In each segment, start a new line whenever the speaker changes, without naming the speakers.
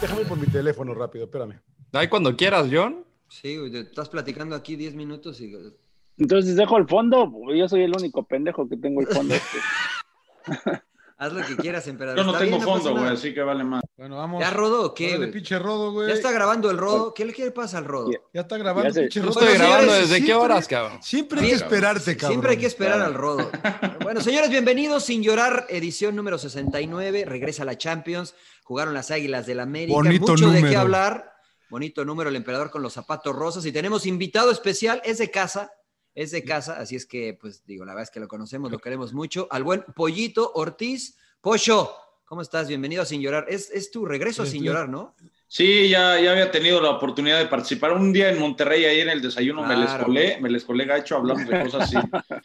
Déjame por mi teléfono rápido, espérame.
Ahí cuando quieras, John.
Sí, güey, estás platicando aquí 10 minutos y...
Entonces dejo el fondo, yo soy el único pendejo que tengo el fondo.
Haz lo que quieras, emperador.
Yo no tengo fondo, güey, así que vale más.
Bueno, vamos.
¿Ya Rodo o qué?
Dale,
güey?
pinche Rodo, güey.
¿Ya está grabando el Rodo? ¿Qué le quiere pasar al Rodo?
Ya está grabando,
Ya se-
pinche
Yo
Rodo.
estoy
Bueno,
grabando
señores,
desde qué
siempre-
horas, cabrón.
Siempre hay que
Sí,
esperarte, Este cabrón.
Siempre hay que esperar al rodo. Bueno, señores, bienvenidos sin llorar, edición número 69. Regresa la Champions. Jugaron las Águilas del América.
Bonito
Mucho de qué
número.
hablar. Bonito número, el emperador con los zapatos rosas. Y tenemos invitado especial, es de casa. Es de casa, así es que, pues digo, la verdad es que lo conocemos, lo queremos mucho. Al buen Pollito Ortiz. Pollo, ¿cómo estás? Bienvenido a Sin Llorar. Es, es tu regreso a
Sí,
Sin
sí.
Llorar, ¿no?
Sí, ya, ya había tenido la oportunidad de participar un día en Monterrey, ahí en el desayuno me les
Claro.
colé, me les colé gacho, hablamos de cosas sin,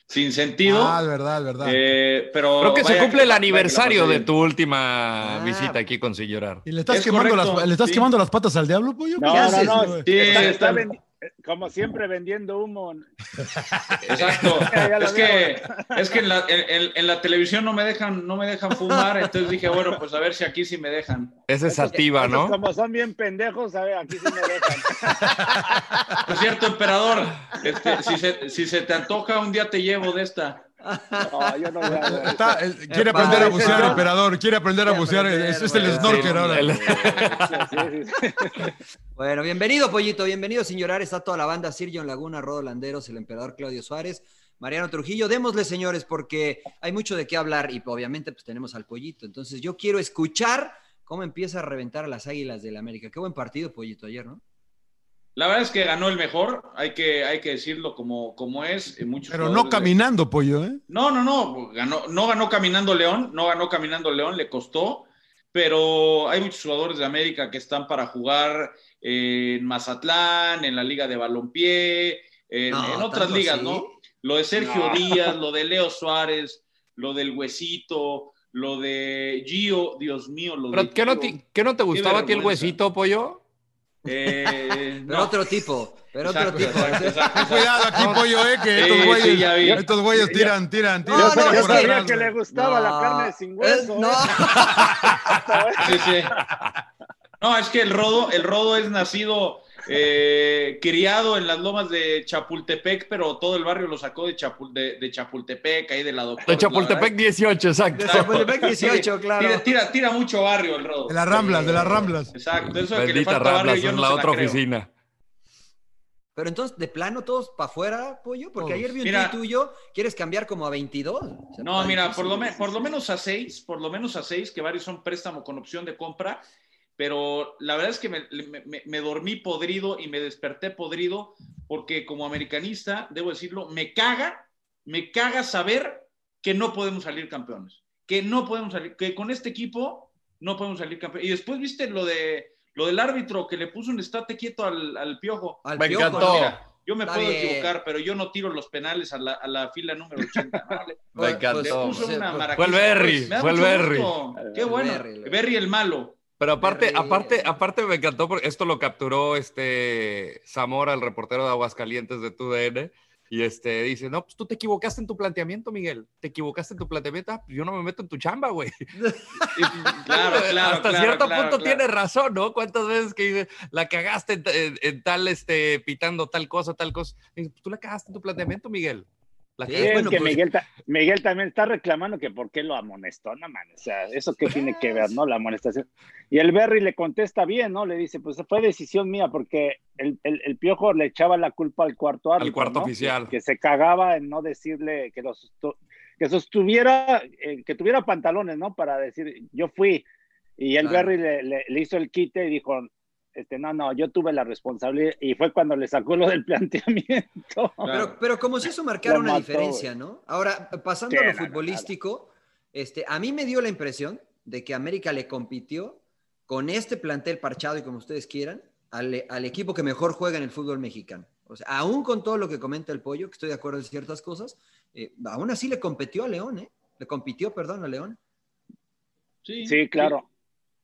sin sentido.
Ah, es verdad, es verdad.
Eh, pero
Creo que se
vaya
cumple el
vaya la
aniversario
pasé
de
bien.
tu última
Ah.
visita aquí con Sin Llorar.
¿Y le estás,
es
quemando
correcto,
las, ¿le estás
sí.
quemando las patas al diablo, pollo?
No,
¿Qué
no,
haces,
no,
güey?
Sí,
Está- está
está-
vendi- como siempre vendiendo humo.
Exacto.
Ya, ya lo
es,
veo.
que, es que en la, en- en- en la televisión no me dejan, no me dejan fumar, entonces dije, bueno, pues a ver si aquí sí me dejan.
Esa es sativa,
Entonces,
¿no?
Como son bien pendejos, a ver, aquí sí me dejan.
Por cierto, emperador, este, si, se, si se te antoja, un día te llevo de esta.
No, yo no voy a ver.
Está- eh, quiere aprender a
padre,
bucear,
¿no?
emperador. Quiere aprender a
Quiere
bucear.
aprender,
Es, es
güey.
el snorkel
Sí,
ahora.
el-
Sí, sí, sí.
Bueno, bienvenido, Pollito, bienvenido sin llorar. Está toda la banda, Sir John Laguna, Rodo Landeros, el emperador Claudio Suárez, Mariano Trujillo. Démosle, señores, porque hay mucho de qué hablar y obviamente pues tenemos al Pollito. Entonces yo quiero escuchar cómo empieza a reventar a las Águilas del América. Qué buen partido, Pollito, ayer, ¿no?
La verdad es que ganó el mejor, hay que, hay que decirlo como, como es. eh, Muchos
Pero no
jugadores de-
caminando, pollo, ¿eh?
No, no, no, ganó, no ganó caminando León, no ganó caminando León, le costó, pero hay muchos jugadores de América que están para jugar en Mazatlán, en la Liga de Balompié, en,
No,
en otras
tanto
ligas,
así.
¿no? Lo de Sergio
No.
Díaz, lo de Leo Suárez, lo del Huesito, lo de Gio, Dios mío, lo de
Pero, ¿qué, no
Gio.
te, qué no te gustaba a ti el
vergüenza.
huesito, pollo?
Eh,
Pero
no.
otro tipo, pero
Exacto,
otro tipo. ¿eh?
exacto, exacto, exacto.
Cuidado aquí, pollo, ¿eh? Que
Sí,
estos
sí,
güeyes,
ya vi.
estos güeyes tiran, tiran, tiran.
No,
Yo
no,
sabía-
por
yo
es que-
sabía
atrás,
que le
güey.
gustaba la carne sin hueso. ¿eh?
Es- no.
Sí, sí. No, es que el rodo, el rodo es nacido, eh, criado en las lomas de Chapultepec, pero todo el barrio lo sacó de, Chapul- de, de Chapultepec, ahí de Pues, la doctora.
De Chapultepec 18, exacto.
De Chapultepec 18,
Tira,
claro.
tira, tira mucho barrio el rodo.
De las ramblas, de las ramblas.
Exacto, eso de que le
Bendita
falta
Ramblas,
barrio yo
es
no
la
se
otra
creo.
oficina.
Pero entonces, de plano, todos para afuera, Pollo, porque
Todos.
ayer vi un
Mira.
tuit tuyo, quieres cambiar como a 22. O sea,
No,
está
mira,
difícil.
por lo, me- por lo menos a seis, por lo menos a seis, que varios son préstamo con opción de compra, pero la verdad es que me, me- me- me dormí podrido y me desperté podrido porque como americanista, debo decirlo, me caga, me caga saber que no podemos salir campeones, que no podemos salir, que con este equipo no podemos salir campeones. Y después viste lo de lo del árbitro que le puso un estate quieto al, al piojo.
Al
Me
Piojo,
encantó.
¿no?
Mira, yo me
Está
puedo
bien.
equivocar, pero yo no tiro los penales a la, a la fila número 80. ¿no? Le-
Me
Pues,
le
encantó.
pues,
puso
pues,
una
pues,
maraquita.
Fue el Berry,
Pues, me da
fue el
mucho
Berry.
gusto. Qué
El
bueno.
Berry, el Berry.
Berry, el malo.
Pero aparte,
Qué rico.
aparte, aparte me encantó porque esto lo capturó este Zamora, el reportero de Aguascalientes de TUDN. Y este dice, no, pues tú te equivocaste en tu planteamiento, Miguel. Te equivocaste en tu planteamiento. Ah, pues yo no me meto en tu chamba, güey.
Claro, claro.
Hasta
claro,
cierto
claro,
punto
claro.
tiene razón, ¿no? ¿Cuántas veces que dice, la cagaste en, en- en tal, este, pitando tal cosa, tal cosa? Y dice, pues tú la cagaste en tu planteamiento, Miguel. La
Sí,
que-
es
bueno,
que
pues-
Miguel, ta- Miguel también está reclamando que por qué lo amonestó, no man, o sea, eso qué tiene que ver, ¿no? La amonestación. Y el Berry le contesta bien, ¿no? Le dice, pues fue decisión mía porque el, el- el piojo le echaba la culpa al cuarto árbitro.
cuarto
¿no?
oficial.
Que se cagaba en no decirle que lo sostu- que sostuviera, eh, que tuviera pantalones, ¿no? Para decir, yo fui. Y el
Claro.
Berry le, le- le hizo el quite y dijo, este, no, no, yo tuve la responsabilidad. Y fue cuando le sacó lo del planteamiento.
Pero, pero como si eso marcara
Lo
una
mató,
diferencia, ¿no? Ahora, pasando
Sí,
a lo
no, no,
futbolístico, este, a mí me dio la impresión de que América le compitió con este plantel parchado y como ustedes quieran, al, al equipo que mejor juega en el fútbol mexicano. O sea, aún con todo lo que comenta el pollo, que estoy de acuerdo en ciertas cosas, eh, aún así le compitió a León, ¿eh? Le compitió, perdón, a León.
Sí,
Sí, claro.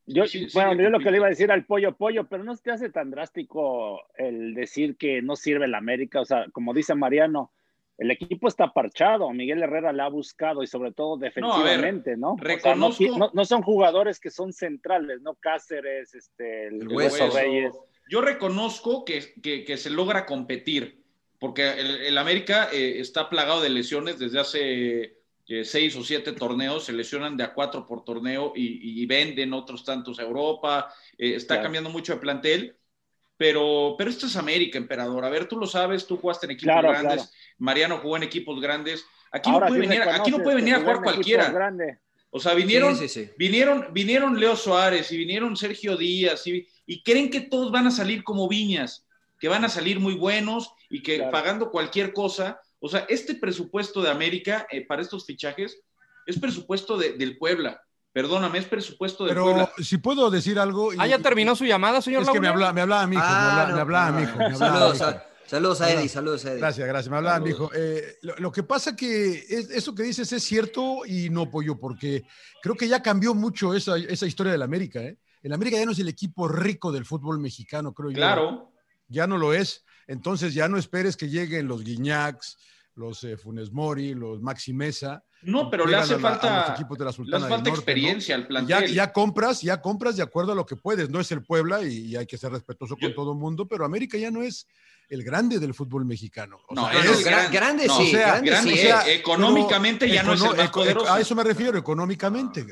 Yo,
Sí, sí,
bueno,
sí,
yo lo que
compite.
le iba a decir al pollo, pollo, pero no se te hace tan drástico el decir que no sirve la América. O sea, como dice Mariano, el equipo está parchado. Miguel Herrera la ha buscado y sobre todo defensivamente, ¿no? O sea, no
reconozco-
ti- no, no son jugadores que son centrales, ¿no? Cáceres, este, el, Hueso Reyes.
Yo reconozco que, que- que se logra competir, porque el, el América eh, está plagado de lesiones desde hace eh, seis o siete torneos, se lesionan de a cuatro por torneo y, y venden otros tantos a Europa, eh, está
Claro.
cambiando mucho de plantel, pero, pero esto es América, emperador. A ver, tú lo sabes, tú jugaste en equipos
Claro,
grandes,
claro.
Mariano jugó en equipos grandes. Aquí
Ahora
no puede
sí
venir, aquí no
reconoces
puede
que
venir a
jugar
jugar
en equipos
cualquiera.
grandes.
O sea, vinieron,
Sí, sí, sí.
vinieron, vinieron Leo Suárez y vinieron Sergio Díaz y, y creen que todos van a salir como viñas, que van a salir muy buenos y que
Claro.
pagando cualquier cosa. O sea, este presupuesto de América eh, para estos fichajes es presupuesto de- del Puebla. Perdóname, es presupuesto del
Pero
Puebla.
si puedo decir algo. y-
Ah, ya terminó
su llamada, señor
Es que me
Laguna.
hablaba, me hablaba mi hijo.
Ah,
me hablaba,
no,
me hablaba mi
no,
hijo. me
no.
hablaba
Saludos
mi hijo.
a- saludos a Eddie,
saludos a Eddie.
Gracias, gracias. Me hablaba mi hijo. Eh, lo, lo que pasa que es- eso que dices es cierto y no pollo, porque creo que ya cambió mucho esa, esa historia del América. ¿eh? El América ya no es el equipo rico del fútbol mexicano, creo yo.
Claro.
Ya no lo es. Entonces ya no esperes que lleguen los Guiñacs, los eh, Funes Mori, los Maxi Mesa.
No, pero le
Llegan
hace
a la- a los
falta,
equipos de la
le hace
Sultana del Norte,
falta
¿no?
experiencia al
ya,
plantel.
ya compras, ya compras de acuerdo a lo que puedes. No es el Puebla y, y hay que ser respetuoso con todo el mundo, pero América ya no es el grande del fútbol mexicano. O
No,
sea,
es gran- grande sí, grande sí, eh, económicamente ya no es el más poderoso. Ah,
A eso me refiero, económicamente.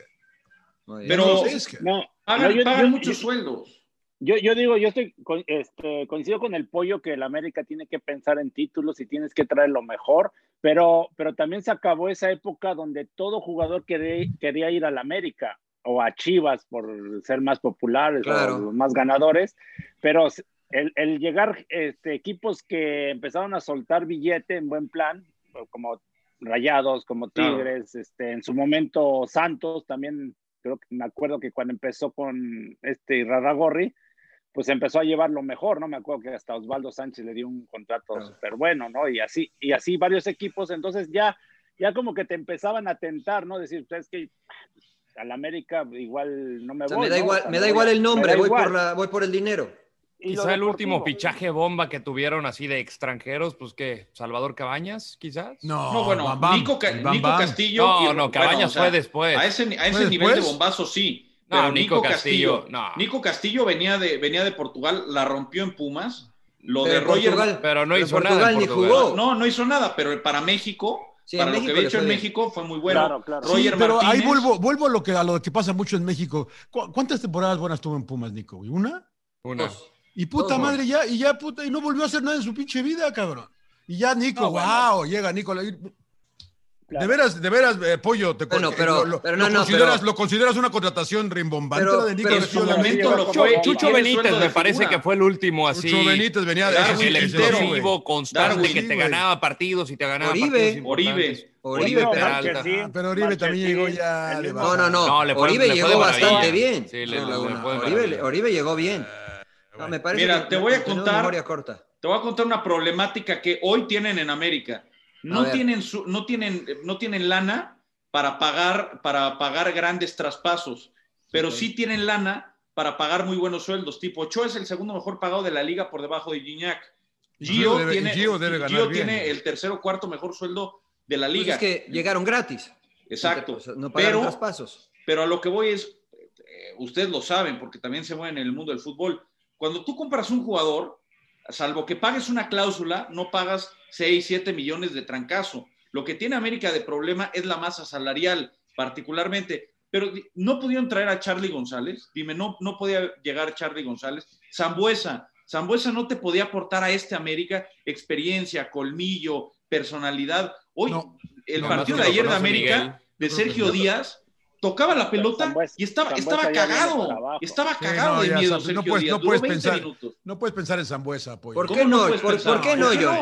Pero
Entonces,
No,
pagan,
no, yo-
pagan
yo-
muchos
yo-
sueldos.
Yo, yo digo, yo estoy co- este, coincido con el pollo que el América tiene que pensar en títulos y tienes que traer lo mejor, pero, pero también se acabó esa época donde todo jugador quería, quería ir al América o a Chivas por ser más populares
Claro.
o más ganadores, pero s- el, el llegar este, equipos que empezaron a soltar billete en buen plan, como Rayados, como
Claro.
Tigres, este, en su momento Santos también, creo que me acuerdo que cuando empezó con este Raragorri, pues empezó a llevar lo mejor, ¿no? Me acuerdo que hasta Osvaldo Sánchez le dio un contrato súper bueno, ¿no? Y así, y así varios equipos, entonces ya, ya como que te empezaban a tentar, ¿no? Decir, "Pues, es que al América igual no me
O sea, me
voy.
da
¿no? O
igual,
sea,
me
no
da
voy
igual
a-
el
me
nombre,
da
voy
igual".
por, la, voy por el dinero.
Y lo
Quizá el último
deportivo.
fichaje bomba que tuvieron así de extranjeros, pues que Salvador Cabañas, quizás.
No,
No, bueno,
Bam Bam,
Nico, Ca-
el Bam
Nico
Bam.
Castillo.
No,
y-
no,
bueno,
Cabañas
o sea,
fue después.
A ese, a ese
¿Fue
nivel de
después?
bombazo sí.
No,
pero
Nico Castillo, no.
Nico Castillo venía de, venía de Portugal, la rompió en Pumas. Lo
Pero
de Roger.
Portugal- pero no pero hizo nada en Portugal ni Portugal. jugó.
No, no hizo nada, pero para México,
Sí,
para
en
lo que
México
había
le
hecho
fue
en
bien.
México fue muy bueno.
Claro, claro.
Sí,
Roger
pero
Martínez.
ahí vuelvo, vuelvo a lo que a lo que pasa mucho en México. ¿Cu- ¿Cuántas temporadas buenas tuvo en Pumas, Nico? güey? ¿Una?
Una.
Y puta
Dos, ¿no?
madre, ya, y ya puta, y no volvió a hacer nada en su pinche vida, cabrón. Y ya Nico,
No, bueno.
wow, llega Nico. le- De veras, de veras, eh, pollo, te
Bueno,
eh,
pero-
lo, lo-
pero no,
lo
no,
consideras,
pero-
lo consideras una contratación rimbombante
Pero-
la de
pero
Nico. que
en
yo
su
la-
momento lo
Chucho-
Chucho,
fue-
Chucho
tiene
Benítez
sueldo de
me parece
figura.
que fue el último así.
Chucho Benítez venía de-
Darwin,
Darwin
el
Quintero,
explosivo,
güey.
constante,
Darwin,
que te
sí, güey.
ganaba partidos y te ganaba
Oribe.
partidos
Oribe.
importantes.
Oribe,
Peralta.
Ah, pero Oribe también llegó ya de
No, no, no.
No, le fue-
Oribe
le fue de
llegó
maravilla.
bastante bien.
Sí, le-
No,
le- le
no,
fue de
Oribe,
maravilla.
Oribe llegó bien. No, me parece
Mira,
que-
te voy a
tenemos
contar-
memoria corta.
Te voy a contar una problemática que hoy tienen en América.
A
No
ver.
tienen, su- no tienen, no tienen lana para pagar, para pagar grandes traspasos, pero sí tienen lana para pagar muy buenos sueldos. Tipo, Ochoa es el segundo mejor pagado de la liga por debajo de Gignac.
Y
Gio,
Gio debe-
tiene,
Gio debe ganar
Gio
bien.
tiene el tercer o cuarto mejor sueldo de la
Pues
liga.
es que llegaron gratis.
Exacto.
O sea, no pagaron
pero,
traspasos.
pero a lo que voy es, eh, ustedes lo saben, porque también se mueven en el mundo del fútbol. Cuando tú compras un jugador, salvo que pagues una cláusula, no pagas 6, 7 millones de trancazo. Lo que tiene América de problema es la masa salarial, particularmente. Pero no pudieron traer a Charlie González. Dime, no, no podía llegar Charlie González. Zambuesa. Zambuesa no te podía aportar a este América experiencia, colmillo, personalidad. Hoy,
No,
el
no,
partido
no te
de
lo
ayer de
conoce,
América,
Miguel.
de
Yo creo que
Sergio
no.
Díaz, tocaba la pelota y estaba,
Zambuesa
estaba
ya viene para
cagado.
abajo.
Estaba
Sí,
cagado
no,
de
ya,
miedo,
Sam- no
Sergio
puedes-
Díaz.
no
Duró
puedes
20
pensar.
minutos.
No puedes pensar en Zambuesa,
pues,
pollo.
¿Por qué no? ¿Por, por qué no, yo?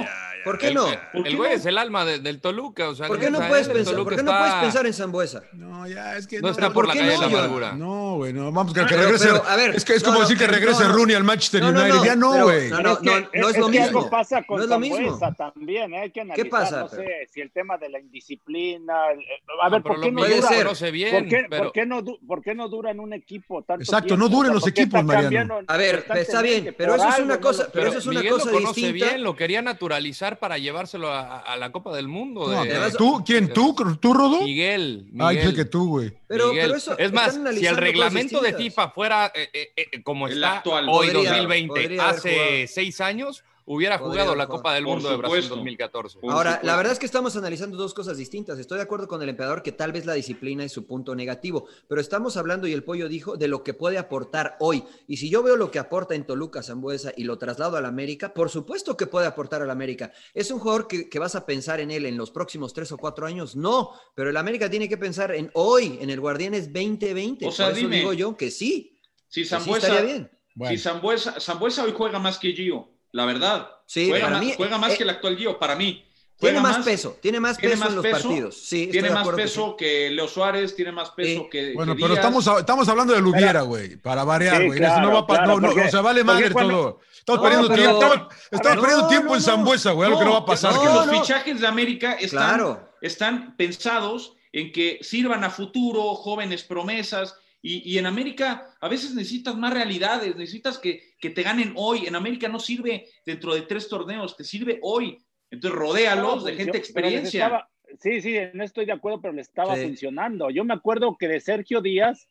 ¿Por qué
El-
no?
El güey es el alma de- del Toluca. O sea,
¿Por qué no
gracias a
puedes
él, el
pensar,
Toluca
por qué no
está-
puedes pensar en Zambuesa?
No, ya, es que
No no. está por la calle de la amargura.
No, güey, no. Vamos, que, que
Pero-
regrese.
pero, a ver,
es que es
no,
como
no,
decir que
pero
regrese
no, no.
Rooney al Manchester
No, no,
United.
no,
ya no,
pero-
güey.
no, no, no, no es lo
que
mismo.
algo pasa con
No es lo mismo.
Zambuesa también, ¿eh? hay que analizar,
¿Qué pasa,
no sé,
pero?
si el tema de la indisciplina, el- a ver,
No, Ah, pero
¿por qué
lo
no
Miguel
dura?
lo conoce bien,
¿Por qué,
pero-
por qué no, du- por qué no dura en un equipo tanto
Exacto,
tiempo?
no duren
O sea,
los
¿por qué está
equipos, Mariano.
cambiando
A ver,
constantemente?
está bien, pero
Por
eso es
algo
una
no
cosa-
lo-
pero eso es una
Miguel
cosa
lo conoce
distinta.
bien, lo quería naturalizar para llevárselo a, a la Copa del Mundo.
No,
de-
pero ¿Tú? ¿Quién? ¿Tú? ¿Tú, Rodo?
Miguel.
Ay,
Miguel.
creo que tú, güey.
Pero-
Miguel.
pero eso-
es
están
más, si el
analizando
reglamento
cosas
de
distintas.
FIFA fuera eh, eh, eh, como
El
está
actual.
hoy,
Podría-
2020,
podría haber
hace
jugado.
seis años, hubiera
Podría
jugado
haber
la
jugado.
Copa del
Por
Mundo de Brasil
supuesto.
2014.
Por
Ahora,
supuesto.
la verdad es que estamos analizando dos cosas distintas. Estoy de acuerdo con el emperador que tal vez la disciplina es su punto negativo, pero estamos hablando, y el pollo dijo, de lo que puede aportar hoy. Y si yo veo lo que aporta en Toluca Zambuesa y lo traslado al América, por supuesto que puede aportar al América. ¿Es un jugador que, que vas a pensar en él en los próximos tres o cuatro años? No, pero el América tiene que pensar en hoy, en el Guardianes 2020.
O sea,
por eso
dime.
digo yo que sí,
Si
que sí
Zambuesa,
estaría bien.
si Zambuesa, Zambuesa hoy juega más que Gio, la verdad.
Sí,
juega,
para
más,
mí,
juega más
eh,
que el actual Gio, para mí.
Tiene
Juega
más, peso, tiene más
tiene
peso
más
en los
peso,
partidos. Sí, estoy
tiene
de
más
acuerdo que sí.
peso que, Leo Suárez, tiene más peso que.
Bueno,
que
pero
Díaz.
estamos, estamos hablando de Lubiera, güey, para variar,
Sí,
güey. Eso no
claro,
va para.
claro,
no, no,
porque-
o sea, vale
porque
madre
cuando-
todo. Estamos
No,
perdiendo
pero-
tiempo, estamos, estamos
No,
perdiendo tiempo
no,
en
no.
Zambuesa, güey. Algo que no va a pasar.
es
que
que
no-
los fichajes de América están,
Claro.
están pensados en que sirvan a futuro, jóvenes promesas. Y, y en América a veces necesitas más realidades, necesitas que, que te ganen hoy. En América no sirve dentro de tres torneos, te sirve hoy. Entonces, rodéalos de
Yo-
gente
pero les
experiencia.
estaba- sí, sí, en eso estoy de acuerdo, pero le estaba
Sí.
funcionando. Yo me acuerdo que de Sergio Díaz,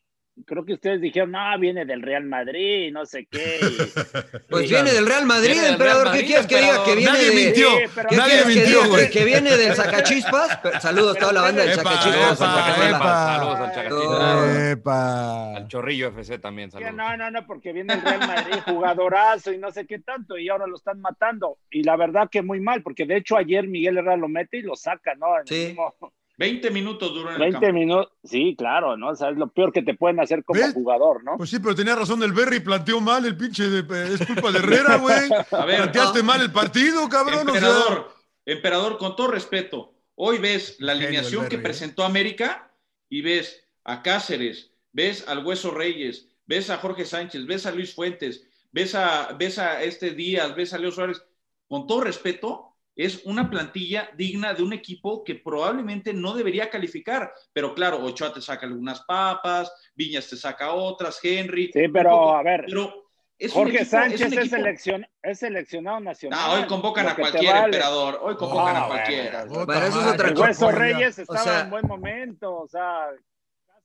creo que ustedes dijeron, no, viene del Real Madrid, y no sé qué.
Pues
Sí.
viene del Real Madrid,
Viene del
emperador.
Real
¿Qué quieres
Madrid,
que diga? Que viene
Nadie
de-
mintió.
pero-
¿Qué
Nadie
quieres que
mintió,
diga?
güey.
Que viene del Sacachispas. Pero Saludos a toda la banda del
Epa,
Sacachispas.
Saludos
epa,
al Chacachipas,
epa.
saludos al Chacachipas,
Todo.
Epa.
al Chorrillo FC también,
Que
saludos.
no, no, no, porque viene el Real Madrid, jugadorazo y no sé qué tanto, y ahora lo están matando. Y la verdad que muy mal, porque de hecho ayer Miguel Herrera lo mete y lo saca, ¿no? En el
Sí.
mismo
20 minutos duran el
20
campo.
minutos. Sí, claro, ¿no? O sea, es lo peor que te pueden hacer como
¿Ves?
jugador, ¿no?
Pues sí, pero tenía razón el Berry, planteó mal el pinche de, es culpa de Herrera, güey.
A ver,
Planteaste mal el partido, cabrón. o sea.
Emperador, emperador, con todo respeto, hoy ves la
Genio
alineación
el
que
Berry, ¿eh?
presentó América y ves a Cáceres, ves al Hueso Reyes, ves a Jorge Sánchez, ves a Luis Fuentes, ves a, ves a este Díaz, ves a Leo Suárez. Con todo respeto, es una plantilla digna de un equipo que probablemente no debería calificar. Pero claro, Ochoa te saca algunas papas, Viñas te saca otras, Henry.
Sí, pero a ver,
Pero es un
Jorge
equipo- es un
Sánchez es,
equipo-
seleccion- es seleccionado nacional.
Ah, hoy convocan
Lo
a
que te
cualquier
vale.
emperador, hoy convocan
Ah,
a cualquiera.
Puta
Bueno, eso es
madre,
otra
El
cosa.
Chacachipas,
hueso
ya.
Reyes estaba
O sea-
en buen momento, o sea,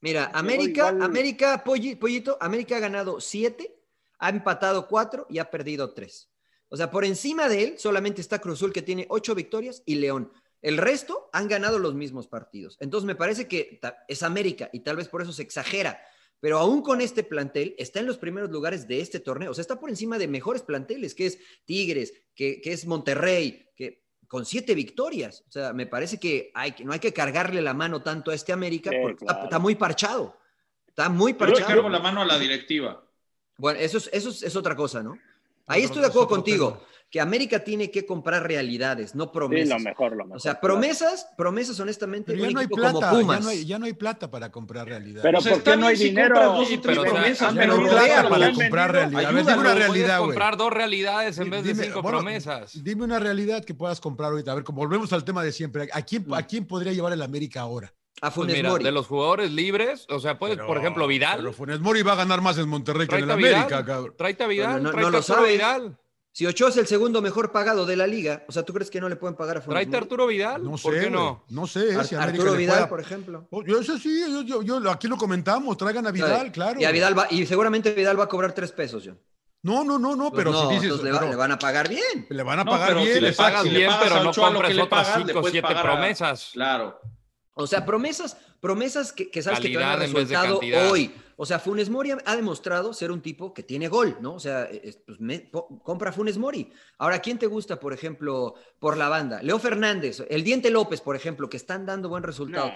Mira,
Llegó
América,
igual-
América, Polli- Pollito, América ha ganado 7, ha empatado 4 y ha perdido 3. O sea, por encima de él solamente está Cruzul que tiene 8 victorias y León. El resto han ganado los mismos partidos. Entonces me parece que ta- es América y tal vez por eso se exagera. Pero aún con este plantel, está en los primeros lugares de este torneo. O sea, está por encima de mejores planteles, que es Tigres, que, que es Monterrey, que con siete victorias. O sea, me parece que, hay, que no hay que cargarle la mano tanto a este América,
Sí,
porque está-
claro.
está muy parchado. Está muy
Yo le cargo
parchado.
la mano a la directiva.
Bueno, eso es, eso es, es otra cosa, ¿no? Ahí
Otro-
estoy de acuerdo
es otro
contigo,
tema.
que América tiene que comprar realidades, no
sí,
promesas.
lo mejor, lo mejor.
o sea, promesas, promesas honestamente,
Pero ya
un
no hay
equipo
plata,
como
ya
Pumas.
no hay, ya no hay plata para comprar realidad.
Pero
O sea,
¿por
está
qué no hay
bien si
dinero?
compras dos o
Sí,
tres
pero, o sea,
promesas,
ya no
pero
hay
no
plata
déjalo.
para
han
comprar
vendido,
realidad. A ver,
ayúdalo,
dime una
puedes
realidad,
Puedes
güey.
comprar dos realidades en vez de
Dime,
cinco
bueno,
promesas.
Dime una realidad que puedas comprar ahorita. A ver, como volvemos al tema de siempre, ¿a quién, ¿a quién podría llevar el América ahora?
A
Pues
Funes
mira,
Mori.
de los jugadores libres, o sea, puedes,
Pero-
por ejemplo,
Pero
Vidal.
Funes Mori va a ganar más en Monterrey que en el
Tráete a Vidal.
América, cabrón.
Tráete a
No,
Vidal,
no, no
tráete
lo
a Arturo
sabes.
Vidal.
Si Ochoa es el segundo mejor pagado de la liga, o sea, ¿tú crees que Pues no le pueden pagar a Funes
Tráete a
Mori?
Arturo Vidal.
No sé,
¿Por qué
güey.
no?
no? sé
Ar-
si América
Arturo
le
Vidal,
pueda-
por ejemplo.
Oh, yo- eso sí, yo, yo, yo- aquí lo comentamos, traigan a Vidal,
Sí.
claro.
Y a Vidal va, y seguramente Vidal va a cobrar tres pesos, John.
No, no, no, no, pero
Pues no,
si dices.
entonces le, va-
pero-
le van a pagar bien.
Le van a
No,
pagar
pero si
bien.
le
exacto.
pagas bien,
pero no compras otras
pagas, le
cinco,
puedes
siete
pagar a-
promesas.
Claro.
O sea, promesas, promesas que, que sabes que te
Calidad
van a
en vez de
resultado
cantidad.
hoy. O sea, Funes Mori ha ha demostrado ser un tipo que tiene gol, ¿no? O sea, es- pues, me- po- compra Funes Mori. Ahora, ¿quién te gusta, por ejemplo, por la banda? Leo Fernández, el Diente López, por ejemplo, que están dando buen resultado.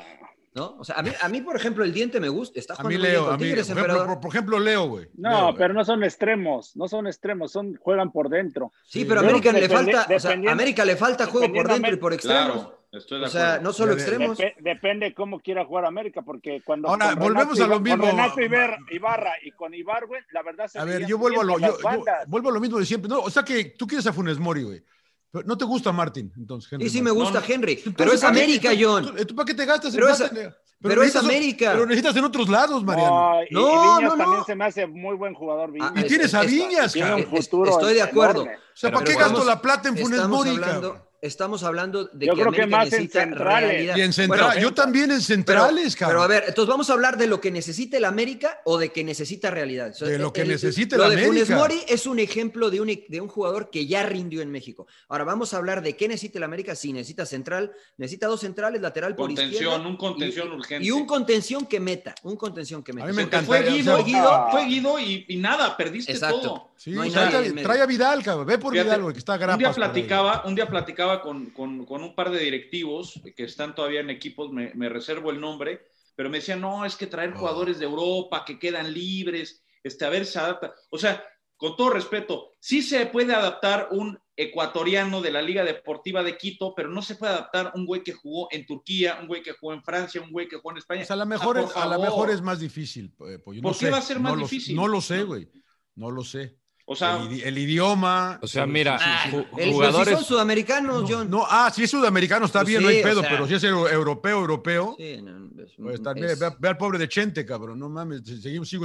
¿No? O sea, a mí, a mí, por ejemplo, el diente me gusta. Está
A mí,
jugando muy bien
Leo,
con
a mí.
Tigres,
Por ejemplo,
emperador.
por, por ejemplo, Leo, güey. Leo,
No,
güey.
pero no son extremos, no son extremos, son juegan por dentro.
Sí, pero a América le
Dependi-
falta, o sea,
dependiendo-
a América le falta juego por dentro y
dependiendo-
por extremos.
Claro, estoy de
o sea,
acuerdo.
no solo extremos.
Depe- depende cómo quiera jugar América, porque cuando.
Ahora,
con
volvemos
Renato
a lo
Ibar-
mismo.
Con Renato Iber- Ibarra y con Ibargüen, la verdad se
A ver,
veían
yo vuelvo a,
bien
lo,
por
yo-
las
yo
bandas.
vuelvo a lo mismo de siempre. No, o sea que tú quieres a Funes Mori, güey. Pero no te gusta Martín, entonces, Henry.
Sí, sí, me
Martín.
gusta
No, no.
Henry.
Entonces,
Pero es
¿para qué-
América,
tú-
John.
tú- ¿Tú para qué te gastas en
Pero es-
Martín, Leo?
pero es
necesitas o-
América.
Pero necesitas en otros lados, Mariano.
No, y, y
No,
Viñas
no,
también
no.
se me hace muy buen jugador Viñas.
Y tienes a Viñas,
Ah, tiene un
cabrón.
futuro
Estoy de acuerdo.
enorme.
O sea,
Pero
¿para qué gasto
estamos-
la plata en Funes
estamos
Mori,
hablando-
cabrón?
Estamos hablando de
Yo
que
creo que
América
más en
necesita
centrales.
realidad.
Y en central,
Bueno, eh,
yo también en
pero-
centrales, cabrón.
Pero a ver, entonces vamos a hablar de lo que necesita el América o de que necesita realidad. O sea,
De lo que necesita el
lo de Funes
América.
Mori es un ejemplo de un, e- de un jugador que ya rindió en México. Ahora vamos a hablar de qué necesita el América. Si necesita central, necesita dos centrales, lateral por
Contención,
izquierda.
un contención urgente.
Y un contención que meta, un contención que meta.
A mí me
Porque
encanta.
fue
o
Guido,
sea,
Guido,
Ah.
fue Guido y, y nada, perdiste
Exacto.
todo.
Sí,
No hay
o sea,
nadie
trae-
en medio.
trae a Vidal, cabrón. Ve por
Fíjate,
Vidal, güey, que está grapas.
un día
por ahí.
platicaba, un día platicaba con, con- con un par de directivos que están todavía en equipos, me, me reservo el nombre, pero me decían, no, es que traer
Oh.
jugadores de Europa que quedan libres, este, a ver, se adapta. O sea, con todo respeto, sí se puede adaptar un ecuatoriano de la Liga Deportiva de Quito, pero no se puede adaptar un güey que jugó en Turquía, un güey que jugó en Francia, un güey que jugó en España.
O sea, a lo mejor,
Ah,
es,
por
a lo
favor.
mejor es más difícil, eh, Pollo. No
¿Por qué
sé,
va a ser más
no lo-
difícil?
no lo sé, güey. No lo sé.
O sea,
el, idi- el idioma.
O sea,
Sí,
mira,
sí,
Ah,
sí,
ju-
El- pero si
jugadores.
son sudamericanos, John.
No, ah, si es sudamericano está
Pues
bien,
sí,
no hay
o
pedo,
sea.
pero si es eu- europeo, europeo,
Sí, no, no, es-
pues también,
es-
ve, ve al pobre de Chente, cabrón, no mames, se- seguimos, sigo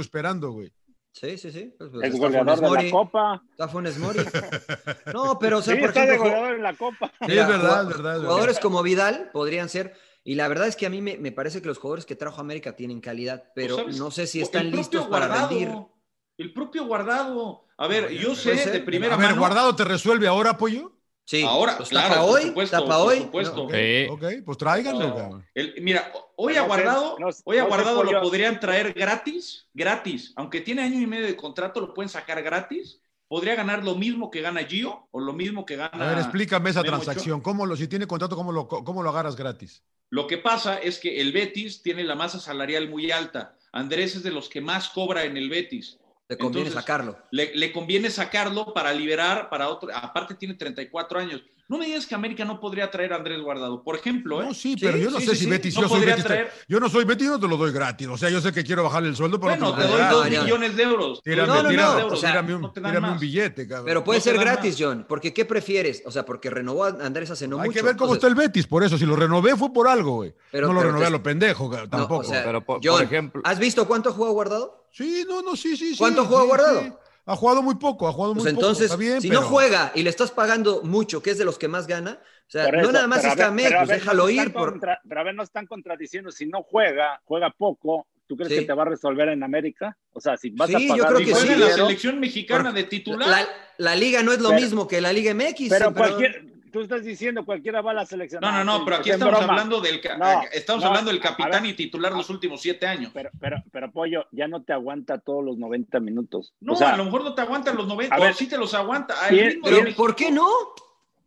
esperando, güey.
Sí, sí, sí. Pues, pues,
Es
está
goleador
Funes
de
Mori,
la Copa.
Está Funes Mori. No, pero o sea,
sí,
por
está de
ejemplo, ju-
goleador en la Copa.
Sí,
Mira,
es verdad,
jugado-
es verdad. es verdad.
Jugadores como Vidal podrían ser. Y la verdad es que a mí me, me parece que los jugadores que trajo América tienen calidad, pero
Pues, ¿sabes?
no sé si
O
están
el propio
listos para
Guardado,
rendir.
El propio guardado. A ver, yo
puede
sé de
ser.
primera
A ver,
mano.
Guardado te resuelve ahora, Pollo.
Sí,
Ahora,
pues,
claro,
tapa
por
hoy,
supuesto,
tapa
por
hoy.
supuesto.
No,
Sí.
Ok, pues tráiganlo,
No.
cabrón.
El- mira, hoy
No
a
sé,
Guardado,
no-
hoy a
no sé,
Guardado lo
Pollo.
podrían traer gratis, gratis. Aunque tiene año y medio de contrato, lo pueden sacar gratis. Podría ganar lo mismo que gana Gio o lo mismo que gana.
A
Ah,
ver, explícame esa
Memo Ochoa.
transacción. ¿Cómo lo, si tiene contrato, cómo lo, cómo lo agarras gratis?
Lo que pasa es que el Betis tiene la masa salarial muy alta. Andrés es de los que más cobra en el Betis.
Te conviene
Entonces,
sacarlo.
Le, le conviene sacarlo para liberar para otro. Aparte, tiene 34 años. No me digas que América no podría traer a Andrés Guardado. Por ejemplo, ¿eh?
No, sí, pero yo no
sí,
sé
sí,
si
sí.
Betis,
No
yo soy
podría
Betis, te-
traer-
yo no soy Betis, no te lo doy gratis. O sea, yo sé que quiero bajarle el sueldo, pero no
Bueno,
me
te
lo
doy
das.
dos
Mariano.
millones de euros.
Ah, Tírame,
No, no,
tírame,
no, o sea,
tírame un,
no te dan
tírame un
más.
billete, cabrón.
Pero puede
no te
ser
dan
gratis,
más.
John, porque ¿qué prefieres? O sea, porque renovó a Andrés hace no
Hay
mucho.
que ver cómo está
entonces-
el Betis, por eso. Si lo renové fue por algo, güey.
Pero-
no lo
pero
renové
te-
a lo pendejo, cabrón,
No,
tampoco.
o sea,
pero por- por
John,
ejemplo-
¿has visto cuánto jugó Guardado?
Sí, no, no, sí, sí, sí.
¿Cuánto
sí,
juega
sí.
Guardado?
Ha jugado muy poco, ha jugado
Pues
muy poco.
entonces,
Está bien,
si no
pero-
juega y le estás pagando mucho, que es de los que más gana, o sea,
Por eso,
no nada más
pero a
está
ver-
Med,
pero a
pues
ver,
déjalo
nos
ir.
están
Por...
contra- pero a ver, no están contradiciendo. Si no juega, juega poco, ¿tú crees
Sí.
que te va a resolver en América? O sea, si vas
Sí,
a
yo
pagar
creo
Y
que
dinero-
juega
sí,
en la
pero-
selección mexicana de titular.
La, la liga no es lo
Pero-
mismo que la Liga eh, MX.
Pero
emperador.
cualquier, tú estás diciendo cualquiera va a la selección. Ah,
no, no, no, pero aquí
Es
estamos
broma.
hablando del ca- eh,
No,
estamos
no,
hablando del
a-
capitán
a ver.
y titular los últimos siete años.
Pero, pero, pero Pollo, ya no te aguanta todos los 90 minutos.
No,
o sea,
a lo mejor no te aguantan los 90,
a ver.
o sí te los aguanta. al
Bien,
ritmo de
Pero,
México.
¿Por qué no?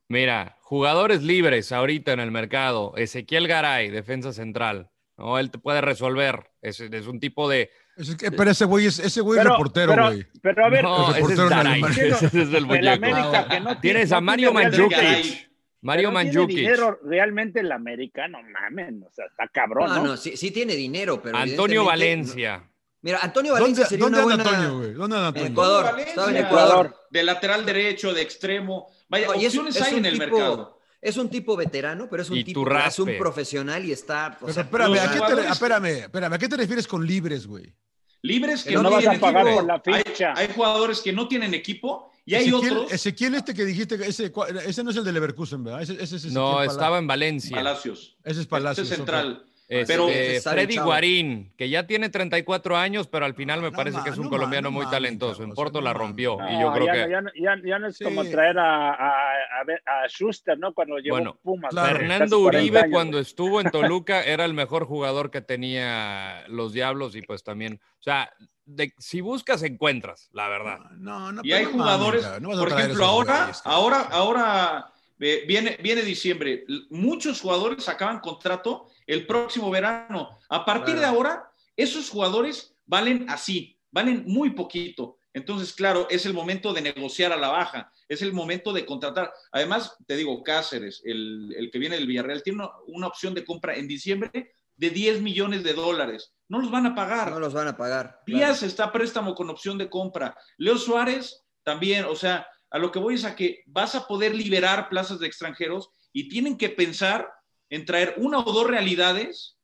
Mira, jugadores libres ahorita en el mercado. Ezequiel Garay, defensa central. No, él te puede resolver. Es, es un tipo de.
Es que- pero ese güey es, ese güey es
pero-
reportero,
pero-
güey.
Pero a ver,
no,
el
ese es
portero en
Garay.
alemán.
Ese es el
el
muñeco.
América que no
Tienes
tiene-
a
no
Mario
tiene realmente-
Mandzukic. Mario
que no tiene
Mandzukic.
dinero realmente el América, no mamen, o sea, está cabrón,
No,
¿no?
no, sí, sí tiene dinero, pero.
Antonio
evidentemente-
Valencia.
Mira, Antonio Valencia
¿Dónde,
sería
dónde anda
una buena.
Antonio, güey? ¿Dónde
En
anda Antonio?
Ecuador,
Valencia.
estaba en
Ecuador.
Ecuador.
De lateral derecho, de extremo. Vaya,
No, y es,
opciones
es
hay
un
en el
tipo,
mercado.
Es un tipo veterano, pero es un
Y
tipo que es un
Turraspe.
profesional y está. o
Pero
sea,
espérame,
los
¿a qué te,
jugadores-
espérame, espérame, ¿a qué te refieres con libres, güey?
Libres que
Pero no
no
vas
tienen
a pagar
equipo.
por la
Hay-
ficha.
Hay, jugadores que no tienen equipo y hay
Ezequiel,
otros.
Ezequiel este que dijiste, que ese, cua- ese no es el de Leverkusen, ¿verdad? Ese, ese es Ezequiel
No,
Pala-
estaba en Valencia.
Palacios.
Ese es
Este
Palacios.
central.
Pero este, Freddy Guarín, que ya tiene 34 años, pero al final me parece que es un colombiano muy talentoso. en Porto la rompió. y yo
No,
creo
ya,
que.
ya no- ya- ya no es como traer a, a, a ver- a Schuster, ¿no? Cuando llegó
Bueno,
Pumas. casi
Fernando
40
Uribe
años.
cuando estuvo en Toluca era el mejor jugador que tenía los Diablos y pues también, o sea, de- si buscas encuentras, la verdad.
No,
Y hay jugadores, por ejemplo, ahora, ahora, ahora eh, viene, viene diciembre. L- Muchos jugadores acaban contrato el próximo verano. A partir de ahora, esos jugadores valen así, valen muy poquito. Entonces, claro, es el momento de negociar a la baja, es el momento de contratar. Además, te digo, Cáceres, el, el que viene del Villarreal, tiene una, una opción de compra en diciembre de 10 millones de dólares. No los van a pagar.
No los van a pagar.
Díaz está a préstamo con opción de compra. Leo Suárez también, o sea, a lo que voy es a que vas a poder liberar plazas de extranjeros y tienen que pensar en traer una o dos realidades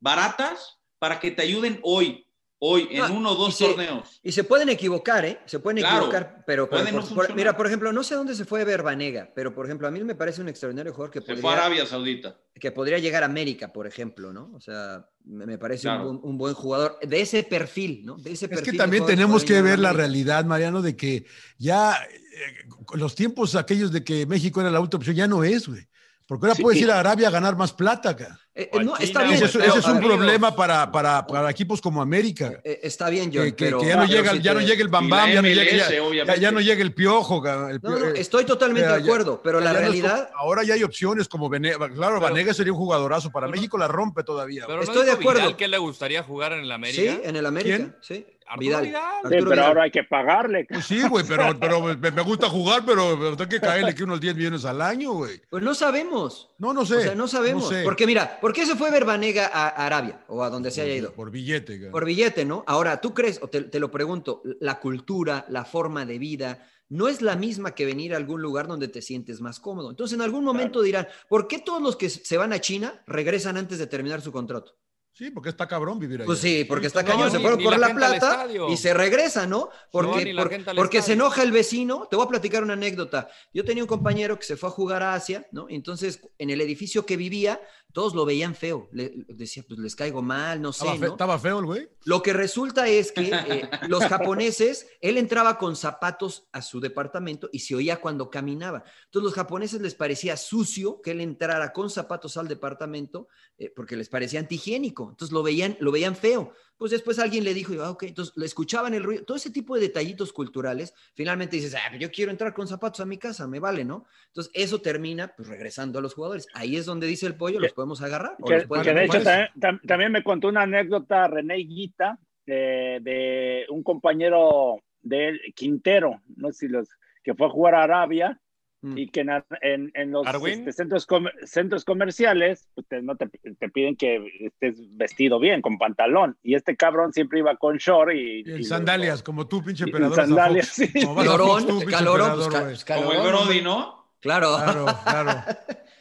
baratas para que te ayunen hoy, hoy, en
No,
uno o dos
y se-
torneos.
Y se pueden equivocar, ¿eh? Se pueden
Claro,
equivocar, pero, pero
pueden
por-
no
por-
funcionar.
mira, por ejemplo, no sé dónde se fue Verbanega, pero por ejemplo, a mí me parece un extraordinario jugador que
Se
podría,
fue a Arabia Saudita.
que podría llegar a América, por ejemplo, ¿no? O sea, me, me parece un
Claro.
buen- un, buen jugador de ese perfil, ¿no? De ese
Es
este perfil.
que
de
también
jugador
tenemos
podría
que
llegar a
ver la
América.
realidad, Mariano, de que ya eh, los tiempos aquellos de que México era la última opción ya no es, güey. Porque ahora
Sí.
puedes ir a Arabia a gaganar más plata, acá.
Eh, eh, no, está bien.
Ese es,
pero-
ese es un
a ver,
problema para, para, para equipos como América.
eh, Está bien, John,
Que, que-
pero-
que ya no
pero
llega,
si
ya no
te-
llega el Bam Bam,
Y la
ya, no llega-
MLS,
ya- ya-
obviamente.
ya no llega el piojo. ca- el
No, no,
Pio- eh,
estoy totalmente
o sea,
de
ya-
acuerdo, pero la
ya no es
realidad.
como- ahora ya hay opciones como Vanega. Claro, Vanega sería un jugadorazo. Para México la rompe todavía.
Pero
güey.
no dijo Vidal que le gustaría jugar en el América.
Sí,
en el América,
¿Quién?
sí.
Arturo
Vidal.
Vidal.
Sí, pero ahora hay que pagarle.
Pues sí, güey, pero, pero me, me gusta jugar, pero, pero tengo que caerle que unos 10 millones al año, güey.
Pues no sabemos.
No, no sé.
O sea, no sabemos.
sé.
Porque mira, ¿por qué se fue Verbanega a a Arabia o a donde se haya ido?
Por billete, güey.
Por billete, ¿no? Ahora, ¿tú crees, o te, te lo pregunto, la cultura, la forma de vida, no es la misma que venir a algún lugar donde te sientes más cómodo? Entonces, en algún momento dirán, ¿por qué todos los que se van a China regresan antes de terminar su contrato?
Sí, porque está cabrón vivir ahí.
Pues sí, porque está
No,
cañón, se
ni-
fueron
ni
por
la
la,
gente al
plata
estadio.
y se regresa, ¿no? Porque,
ni la
por-
gente al
porque se
estadio.
enoja el vecino. Te voy a platicar una anécdota. Yo tenía un compañero que se fue a jugar a Asia, ¿no? Entonces, en el edificio que vivía, todos lo veían feo. Le, decía, pues les caigo mal, no sé.
Estaba, fe-
¿no?
estaba feo el güey.
Lo que resulta es que eh, los japoneses, él entraba con zapatos a su departamento y se oía cuando caminaba. Entonces los japoneses les parecía sucio que él entrara con zapatos al departamento eh, porque les parecía antihigiénico. Entonces lo veían, lo veían feo. Pues después alguien le dijo, ah, ok, entonces le escuchaban el ruido. Todo ese tipo de detallitos culturales, finalmente dices, ah, yo quiero entrar con zapatos a mi casa, me vale, ¿no? Entonces eso termina pues, regresando a los jugadores. Ahí es donde dice el pollo, los podemos agarrar. o
Que,
los pueden
que de hecho
recuperar.
también, tam- también me contó una anécdota René Guita eh, de, un compañero de él, Quintero, no sé si los que fue a jugar a Arabia
Mm,
y que en, ar- en- en los
¿Arwin?
este, centros, comer- centros comerciales pues, te, no te, te piden que estés vestido bien, con pantalón. Y este cabrón siempre iba con short y,
En
y-
sandalias, como tú, pinche
En
emperador.
sandalias, sí. Calorón, calorón, pues, ca-
Como el
calorón,
Brody, ¿no?
Claro.
Ah,
Claro, claro.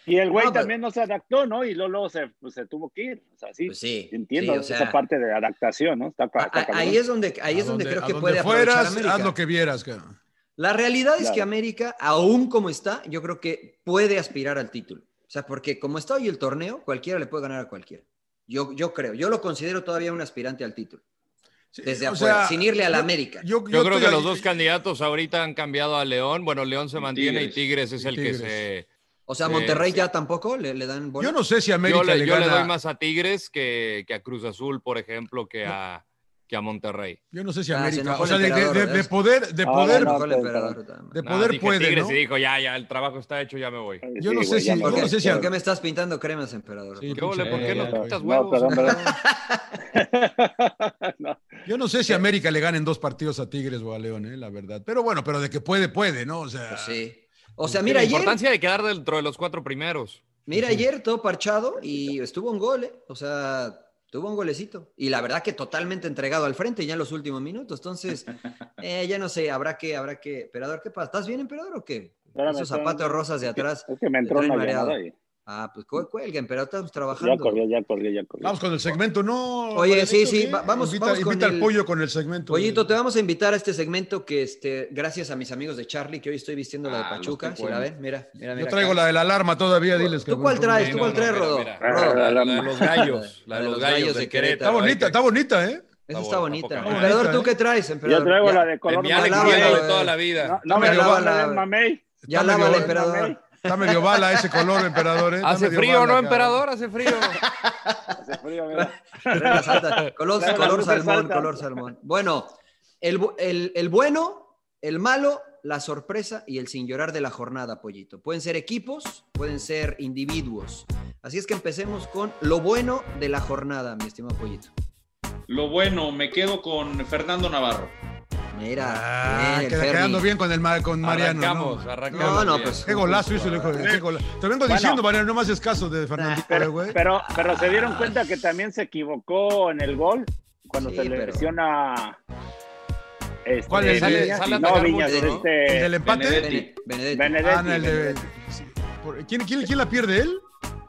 Y el güey
No, pero-
también no se adaptó, ¿no? Y luego, luego se, pues, se tuvo que ir. O sea, sí,
Pues sí,
entiendo
sí, o sea-
esa parte de adaptación, ¿no? Está, ca- está cabrón.
Ahí es donde, ahí
A
es donde, creo
a
que puede aprovechar
fueras,
América.
haz lo que vieras, cabrón.
La realidad es
Claro.
que América, aún como está, yo creo que puede aspirar al título. O sea, porque como está hoy el torneo, cualquiera le puede ganar a cualquiera. Yo, yo creo, yo lo considero todavía un aspirante al título. Desde
o
afuera,
sea,
sin irle a la
yo-
América.
Yo, creo que los dos candidatos ahorita han cambiado a León. Bueno, León se mantiene y Tigres es el
Tigres.
que se.
O sea,
se-
Monterrey ya tampoco le, le dan bola.
Yo no sé si América
yo le,
le
yo le
gana-
doy más a Tigres que, que a Cruz Azul, por ejemplo, que a, que a Monterrey.
Yo no sé si
Ah, se
América.
enojó
o
el
sea, de, de-
emperador,
de-
¿verdad?
de poder, de
Ah,
poder.
se enojó el
de
No,
poder
dije
puede,
Tigres
¿no?
y dijo, ya, ya, el trabajo está hecho, ya me voy.
Yo no sé si. yo no sé si-
¿Por qué me estás pintando cremas, emperador?
Sí,
¿Qué ole?
pinche
¿Por qué
emperador,
nos pintas
güey.
huevos? No, perdón,
Yo no sé si América le gana en dos partidos a Tigres o a León, eh, la verdad. Pero bueno, pero de que puede, puede, ¿no? O sea.
Pues sí. O sea,
Sí,
mira,
La
ayer,
importancia de quedar dentro de los cuatro primeros.
mira, ayer todo parchado y estuvo un gol, ¿eh? O sea, tuvo un golecito. Y la verdad que totalmente entregado al frente ya en los últimos minutos. Entonces, eh, ya no sé, habrá que, habrá que. Emperador, ¿qué pasa? ¿Estás bien, emperador, o qué?
Espérame,
Esos
espérame.
zapatos rosas de atrás.
Es que me
te
entró
traen
una
mareado.
llamada ahí.
Ah, pues cu- cuelguen, pero estamos trabajando.
Ya corrió, ya corrió, ya corrió.
Vamos con el segmento, ¿no?
Oye, sí,
Lorenzo,
sí,
¿qué?
va- vamos,
Invita,
vamos
invita al pollo con el segmento.
Pollito, te vamos a invitar a este segmento que, este, gracias a mis amigos de Charlie, que hoy estoy vistiendo la de
Ah, los
Pachuca, si la
tecuanes.
ven, mira, mira,
Yo
mira.
traigo
acá.
la de la alarma todavía, diles.
¿Tú cuál traes? ¿Tú cuál traes, Rodo? Rodo.
La de los gallos de Querétaro.
Está bonita, está bonita, ¿eh?
Esa está bonita.
poca madre.
Emperador,
Bonita,
¿tú
¿eh?
qué traes, emperador?
Yo traigo
Ya.
la de color De mi Alex
Ya lava
Diego
la-
de toda la vida.
eh. No, no me
Ya
lava
lava
la
la-
mamey.
Ya
Está
lava el
medio-
emperador.
Está medio bala ese color, emperador, ¿eh? Está
Hace
medio
frío,
bala,
¿no,
cabrón.
emperador? Hace frío.
Hace frío, mira.
Reglas altas. Color,
Reglas
color
altas.
salmón, color salmón. Bueno, el, bu- el- el bueno, el malo, la sorpresa y el sin llorar de la jornada, pollito. Pueden ser equipos, pueden ser individuos. Así es que empecemos con lo bueno de la jornada, mi estimado pollito.
Lo bueno, me quedo con Fernando Navarro.
Mira,
Ah,
bien, el
queda
Fermi.
quedando bien con, el, ma- con Mariano.
Arrancamos,
¿no?
arrancamos
No, no, bien. pues,
Qué golazo hizo el hijo de. qué gola- Te vengo
Bueno.
diciendo, Mariano, no más escaso de Fernandito, eh,
Pero,
güey.
pero, pero se dieron cuenta que también se equivocó en el gol cuando
Sí,
se le
pero-
lesiona. Este,
¿Cuál es? Sale-
Viñas,
sale a
no,
atacar
Viñas,
mucho, ¿no?
este,
¿El del empate?
Benedetti.
Benedetti.
Benedetti,
Ah, no, el de-
Benedetti.
sí. Por- ¿Quién, quién, quién la pierde él?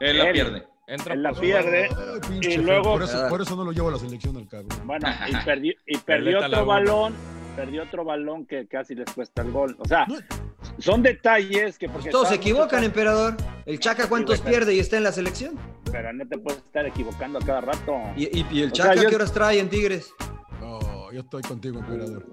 Él la
Él.
pierde.
Entra
Él la
por su
pierde.
banda.
Ay, pinche
Y
Fer,
luego-
por,
Ah.
eso, por eso no lo llevo a la selección al cabrón.
Bueno, y perdió, y perdió
Violeta
otro
Laguna.
balón, perdió otro balón que casi les cuesta el gol. O sea, son detalles que porque
Todos se
estás-
equivocan, emperador. El Chaca, ¿cuántos
Sí, güey,
pierde y está en la selección?
Pero no te puedes estar equivocando a cada rato.
em-, ¿Y, y- y el
O sea,
Chaca
yo-
qué horas trae en Tigres?
No, yo estoy contigo, emperador.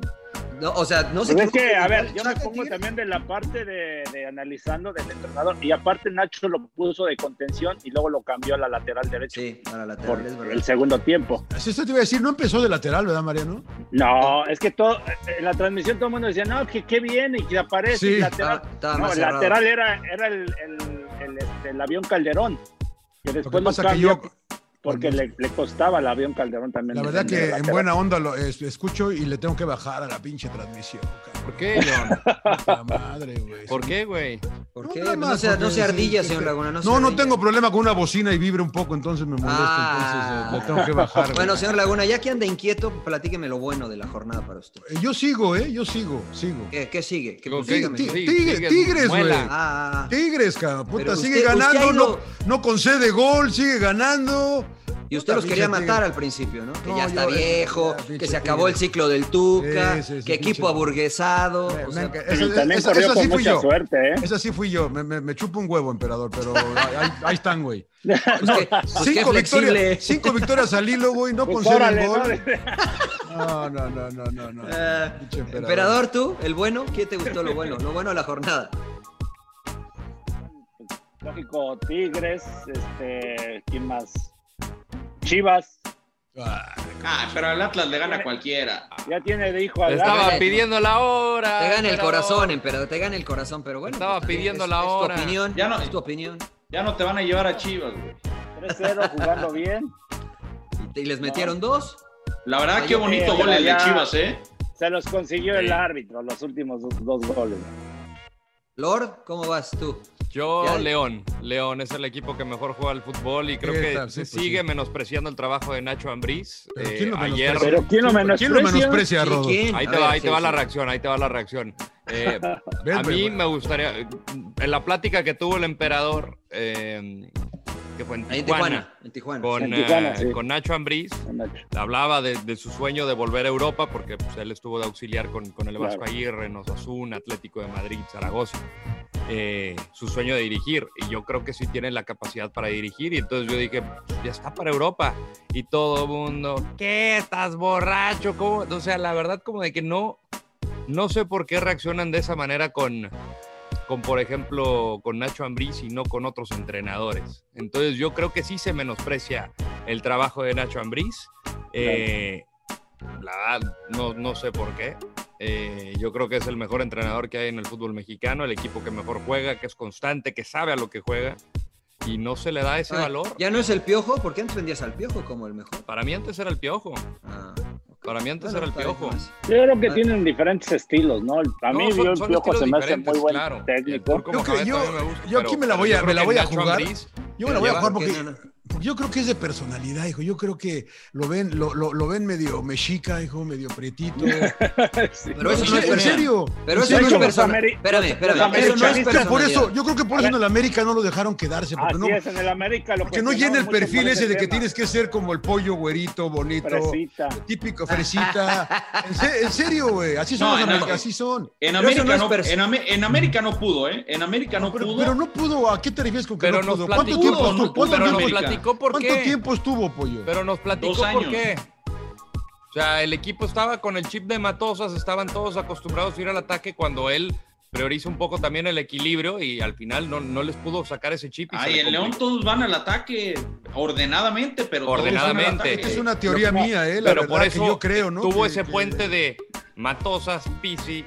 No, o sea, no
Pues
se
es que,
equivoquen
a
igual
ver,
el
yo me
Chaca en
pongo
Tigres.
también de la parte de, de analizando del entrenador. Y aparte Nacho lo puso de contención y luego lo cambió a la lateral derecha
Sí, a la lateral,
por
es verdad.
el segundo tiempo.
Así esto te iba a decir, no empezó de lateral, ¿verdad, Mariano?
No, es que todo, eh, en la transmisión todo el mundo decía, no, que qué bien, y que aparece
Sí.
el lateral.
Estaba- estaba
no,
más
el
cerrado.
lateral era, era el, el- el, este, el avión Calderón. Que
Lo que
después lo
pasa que yo,
cambia porque le, le costaba el avión Calderón también.
la verdad
defender
que
lateral.
en buena onda lo es- escucho y le tengo que bajar a la pinche transmisión. cabrón.
¿Por qué, León?
La madre, güey.
¿Por qué, güey?
¿Por qué? Pues
nada
No,
más,
sea, no
porque
sea
sí,
ardilla,
sí,
señor
sí.
Laguna. No, sea
No, no
ardilla.
tengo problema con una bocina y vibre un poco, entonces me molesta.
Ah.
Entonces eh, le tengo que bajar. güey.
Bueno, señor Laguna, ya que anda inquieto, platíqueme lo bueno de la jornada para usted.
Eh, Yo sigo, ¿eh? Yo sigo, sigo.
¿Qué, qué sigue? ¿Qué,
Digo,
pues,
¿qué-
dígame.
Ti-
sí,
tigre-
Tigres,
tigres, güey.
muela.
Ah, ah, ah.
Tigres, cabrón.
Pero
Puta,
usted-
sigue
usted ha ido-
ganando, no, no concede gol, sigue ganando.
y usted
Puta,
los quería
pinche
matar
Tigre.
al principio, ¿no? Que
No,
ya está
yo-
viejo,
ya, pinche
que se acabó
Tigre.
el ciclo del Tuca,
Sí, sí, sí,
que
pinche-
equipo aburguesado.
Me-
o
me
sea,
enca-
Y
esa-
también
esa-
corrió
esa sí
con
fui
mucha
yo.
suerte, ¿eh?
Esa sí fui yo. Me, me, me chupo un huevo, emperador, pero ahí, ahí- ahí están, güey.
pues que- pues qué
cinco,
flexible.
victorias, cinco victorias al hilo, güey. No
Pues
concede
órale,
gol.
órale.
No, no, no, no, no. no.
Eh,
Pinche
emperador, tú, el bueno, ¿qué te gustó lo bueno? Lo bueno de la jornada.
Lógico, Tigres, este, ¿quién más? Chivas,
Ah,
Ah, pero al Atlas le gana cualquiera.
ya tiene de hijo
Te
al
Estaba
Atlas.
pidiendo la hora.
Te gana el
emperador.
corazón, emperador, te gana el corazón, pero bueno.
Ah, Estaba
pues,
pidiendo
es-
la hora.
Es tu opinión,
Ya no-
es tu opinión.
Ya no te van a llevar a Chivas, güey.
3-0 jugando bien.
Y te- Y les metieron dos.
La verdad,
Ay,
qué bonito
eh,
gol el de
ya.
Chivas, ¿eh?
Se los consiguió
Sí.
el árbitro los últimos dos, dos goles.
Lord, ¿cómo vas tú?
Yo,
Ya.
León. León es el equipo que mejor juega al fútbol y creo
Sí,
que
está, sí,
se
pues
sigue
sí.
menospreciando el trabajo de Nacho Ambriz.
Pero
Eh,
¿quién lo
ayer.
menosprecia?
Pero ¿quién lo
¿Quién lo
menosprecia?
menosprecia,
Sí,
Rodo?
¿quién?
Ahí
A
te va,
ver,
ahí te
sí,
va
sí.
la reacción, ahí te va la reacción. Eh,
Ven,
a
güey,
mí
güey.
me gustaría, en la plática que tuvo el emperador, eh, que fue en
Ahí en
Tijuana,
Tijuana. En Tijuana.
con,
En Tijuana,
eh,
sí.
con Nacho Ambriz,
Nacho.
hablaba de, de su sueño de volver a Europa, porque pues, él estuvo de auxiliar con, con el Vasco
Claro.
Aguirre, en Osasuna, Atlético de Madrid, Zaragoza. Eh, su sueño de dirigir, y yo creo que sí tiene la capacidad para dirigir, y entonces yo dije, "Pues, ya está para Europa, y todo el mundo, ¿qué? ¿Estás borracho? ¿Cómo?". O sea, la verdad como de que no, no sé por qué reaccionan de esa manera con, con por ejemplo, con Nacho Ambriz y no con otros entrenadores. Entonces yo creo que sí se menosprecia el trabajo de Nacho Ambriz. Eh, la verdad, no, no sé por qué. Eh, yo creo que es el mejor entrenador que hay en el fútbol mexicano, el equipo que mejor juega, que es constante, que sabe a lo que juega y no se le da ese
Ay,
valor.
Ah, Ya no es el piojo, ¿por qué antes vendías al piojo como el mejor?
Para mí antes era el piojo.
Ah, ok.
Para mí antes era el
está bien,
piojo.
nomás.
Yo creo que tienen diferentes estilos, ¿no? El- A
Ah. No,
mí
son-
yo el
son
Piojo
estilos
se me hace
diferentes,
muy buen
claro. Y el
técnico.
Turco
Yo creo-
Mohamed
yo-
también me gusta,
yo
pero-
aquí me la
pero
voy
yo
a-
creo
me la
que
voy a
Nacho
jugar.
Ambriz
Yo me la voy a jugar porque
no, no.
Porque yo creo que es de personalidad, hijo. Yo creo que lo ven, lo, lo, lo ven medio mexica, hijo, medio prietito.
Sí. Pero eso
en
no es
serio, en
persona-
serio.
pero
en
eso no
serio.
es persona- Los Ameri- espérame, espérame, los eso no es americanistas- personalidad.
por eso, yo creo que por eso en el América no lo dejaron quedarse, porque
Así
no,
es, en el América lo
porque no
cuestionaron
llena el
mucho por
perfil ese de que
tema.
tienes que ser como el pollo güerito, bonito,
Fresita.
típico fresita. En, se- en serio, güey, así son
No,
los
en
América,
Am-
así son.
En
Pero
América,
eso no es
no,
pers-
en, Ame- en América no pudo, ¿eh? En América no pudo.
Pero no pudo, ¿a qué te refieres con que
Pero
no
nos
pudo? ¿Cuánto
platicó,
tiempo
¿no?
estuvo? ¿Cuánto
Pero nos
tiempo-
platicó por
¿Cuánto
qué.
tiempo estuvo, pollo?
Pero nos platicó
Dos años.
por qué. O sea, el equipo estaba con el chip de matosas, estaban todos acostumbrados a ir al ataque cuando él prioriza un poco también el equilibrio y al final no, no les pudo sacar ese chip. Y se
Ay,
le
en León
complicó.
todos van al ataque ordenadamente, pero todos van al
Ordenadamente.
ataque.
Es una teoría
Pero-
mía, eh, la
pero
verdad
por eso
que yo creo, ¿no?
Tuvo
Que-
ese
que-
puente de matosas, Pisi,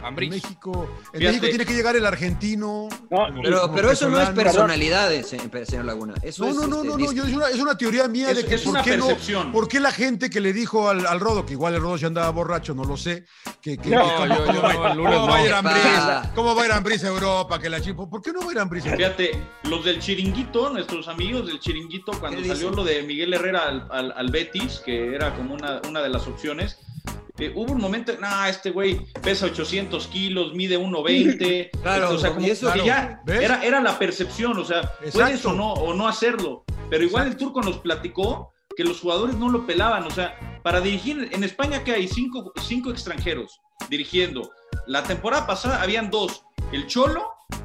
En
Ambris.
México, en
Fíjate.
México tiene que llegar el argentino. como-
Pero,
como
pero eso no es
venezolano.
personalidades, eh, señor Laguna. Eso
No,
es,
no, no,
este,
no, no,
dis-
yo- es, una, es una teoría mía
Es-
de que
es
por
una
qué no-
percepción.
por qué la gente que le dijo al, al Rodo, que igual el Rodo ya andaba borracho, no lo sé, que, que-
No,
que cómo,
yo-
cómo
yo
va,
no, el lunes
cómo va a
no.
ir Ambriz,
Pa.
cómo va a ir Ambriz a Europa, que la chipo, ¿por qué no va a ir Ambriz a Europa?
Fíjate, los del Chiringuito, nuestros amigos del Chiringuito, cuando
¿Qué dicen?
salió lo de Miguel Herrera al, al- al Betis, que era como una, una de las opciones, eh, hubo un momento, nah, este güey pesa 800 kilos, mide 1,20.
Claro,
o sea, como
y eso-
que
claro,
ya
¿ves?
era, era la percepción, o sea, puedes
Exacto.
o no, o no hacerlo. Pero igual el turco nos platicó que los jugadores no lo pelaban, o sea, para dirigir, en España que hay cinco, cinco extranjeros dirigiendo. La temporada pasada habían dos, el Cholo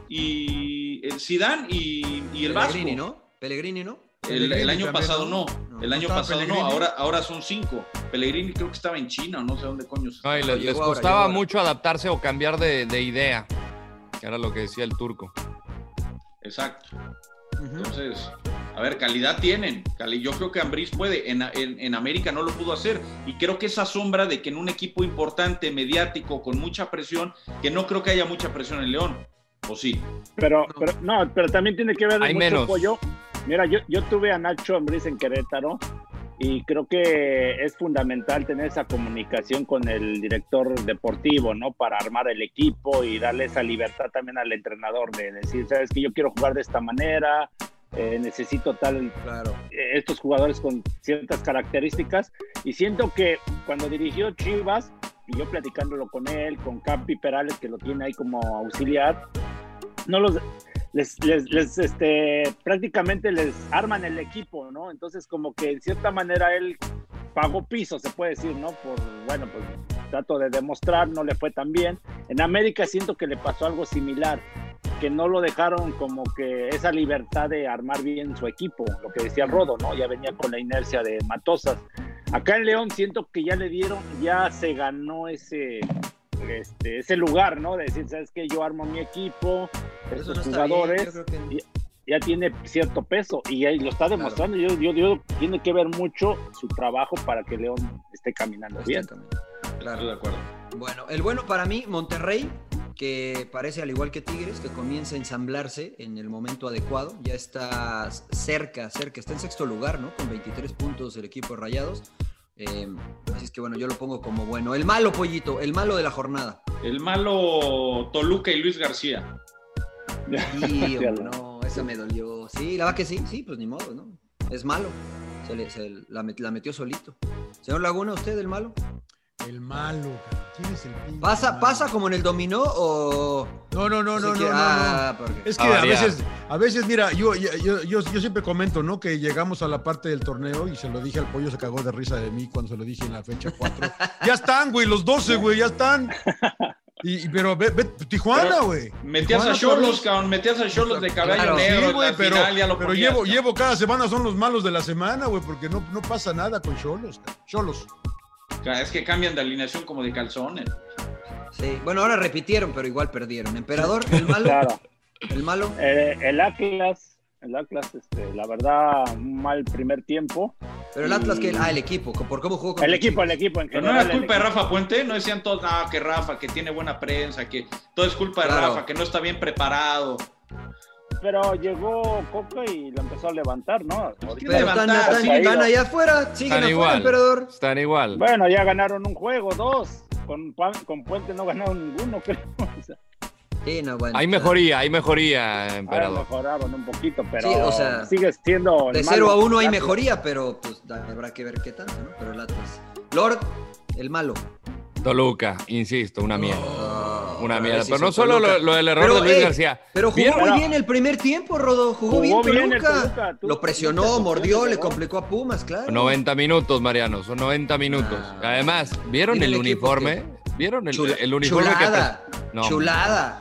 y el Zidane y, y el Vasco.
Pellegrini, ¿no? Pellegrini, ¿no?
El, el año pasado no,
No,
el
¿no
año
estaba
pasado no,
Pellegrini?
ahora, ahora son cinco. Pellegrini creo que estaba en China, no sé dónde coño. se-
No, y les, les
Llegó ahora,
costaba
llegó ahora.
mucho adaptarse o cambiar de, de idea, que era lo que decía el turco.
Exacto.
Ujú.
Entonces, a ver, calidad tienen. Cali- Yo creo que Ambriz puede. En, en- en América no lo pudo hacer. Y creo que esa sombra de que en un equipo importante, mediático, con mucha presión, que no creo que haya mucha presión en León. ¿O sí?
Pero, pero, no, pero también tiene que ver
Hay
mucho
menos.
pollo. Mira, yo, yo tuve a Nacho Ambriz en Querétaro y creo que es fundamental tener esa comunicación con el director deportivo, ¿no? Para armar el equipo y darle esa libertad también al entrenador de decir, sabes que yo quiero jugar de esta manera, eh, necesito tal
Claro.
eh, estos jugadores con ciertas características y siento que cuando dirigió Chivas y yo platicándolo con él, con Campi Perales que lo tiene ahí como auxiliar, no los les, les, les, este prácticamente les arman el equipo, ¿no? Entonces como que en cierta manera él pagó piso, se puede decir, ¿no? Por bueno, pues trato de demostrar, no le fue tan bien. En América siento que le pasó algo similar que no lo dejaron como que esa libertad de armar bien su equipo, lo que decía Rodo, ¿no? Ya venía con la inercia de Matosas. Acá en León siento que ya le dieron, ya se ganó ese, este, ese lugar, ¿no? De decir, ¿sabes qué? Yo armo mi equipo,
Pero eso
estos
no está bien,
jugadores
yo creo que-
ya tiene cierto peso y ahí lo está demostrando. Yo, yo, yo tiene que ver mucho su trabajo para que León esté caminando bien.
Estoy de acuerdo.
Bueno, el bueno para mí, Monterrey, que parece al igual que Tigres, que comienza a ensamblarse en el momento adecuado. Ya está cerca, cerca, está en sexto lugar, ¿no? Con 23 puntos el equipo de Rayados. Eh, así es que bueno, yo lo pongo como bueno. El malo, pollito, el malo de la jornada.
El malo Toluca y Luis García.
Sí,
Ya
hombre,
lo-
no, esa me dolió. Sí, la verdad que sí, sí, pues ni modo, ¿no? Es malo. Se, le- se la, met- la metió solito. Señor Laguna, ¿usted el malo?
El malo, cabrón. ¿quién es el pinche
¿Pasa,
malo?
pasa como en el dominó o.?
No, no, Ah. no,
se
no, no,
quiere-
no, no.
Ah, porque-
Es que
Ah,
a
ya.
veces, a veces, mira, yo, yo, yo, yo- yo siempre comento, ¿no? Que llegamos a la parte del torneo y se lo dije al pollo, se cagó de risa de mí cuando se lo dije en la fecha 4. ya están, güey, los 12, güey, ya están. Y, y- pero ve, ve Tijuana,
Pero
güey.
Metías
Tijuana
a
otra
Cholos,
vez.
cabrón. Metías a Cholos de caballo
Claro.
negro.
Sí,
en
güey,
la
pero,
final, ya lo
pero
ponías,
llevo,
¿no?
llevo cada semana, son los malos de la semana, güey, porque no, no pasa nada con Cholos. cabrón. Cholos.
O sea, Es que cambian de alineación como de calzones.
Sí, bueno, ahora repitieron, pero igual perdieron. Emperador, el malo,
Claro.
el malo.
Eh, el Atlas, el Atlas, este, la verdad, un mal primer tiempo.
Pero el Atlas, que ah, el equipo, por cómo jugó con
El equipo, el equipo en
Pero no era
general. el
culpa de
equipo.
Rafa Puente, no decían todos, ah, que Rafa, que tiene buena prensa, que todo es culpa de
Claro.
Rafa, que no está bien preparado.
Pero llegó Coca y lo empezó a levantar, ¿no? Ahorita-
Pero están,
levantar,
están-
caído.
están allá afuera, siguen
Están
afuera,
igual.
emperador.
Están igual.
Bueno, ya ganaron un juego, dos. Con, Pa- con Puente no ganaron ninguno, creo. O sea,
Sí, no, bueno.
Hay mejoría, hay mejoría, emperador.
Ahora mejoraron un poquito, pero
Sí, o sea,
sigue siendo. el
De
malo
0 a 1 hay
Atlas.
mejoría, pero pues da- habrá que ver qué tanto, ¿no? Pero el Atlas. Lord, el malo.
Toluca, insisto, una mierda. una mierda.
sí
Pero no
son
solo
Toluca.
lo, lo del error
Pero,
de Luis
ey,
García.
Pero jugó
¿Vieron?
muy bien el primer tiempo, Rodó. Jugó,
Jugó
bien,
bien el
Toluca.
Toluca, tú-
Lo
tú te
presionó,
lo
mordió, le
jugó.
complicó a Pumas, claro.
90 minutos, Mariano, son 90 minutos. Además, ¿vieron
Mira
el,
Ah. el equipo
uniforme? ¿Vieron el,
Chula-
el uniforme
chulada,
que te- No,
Chulada.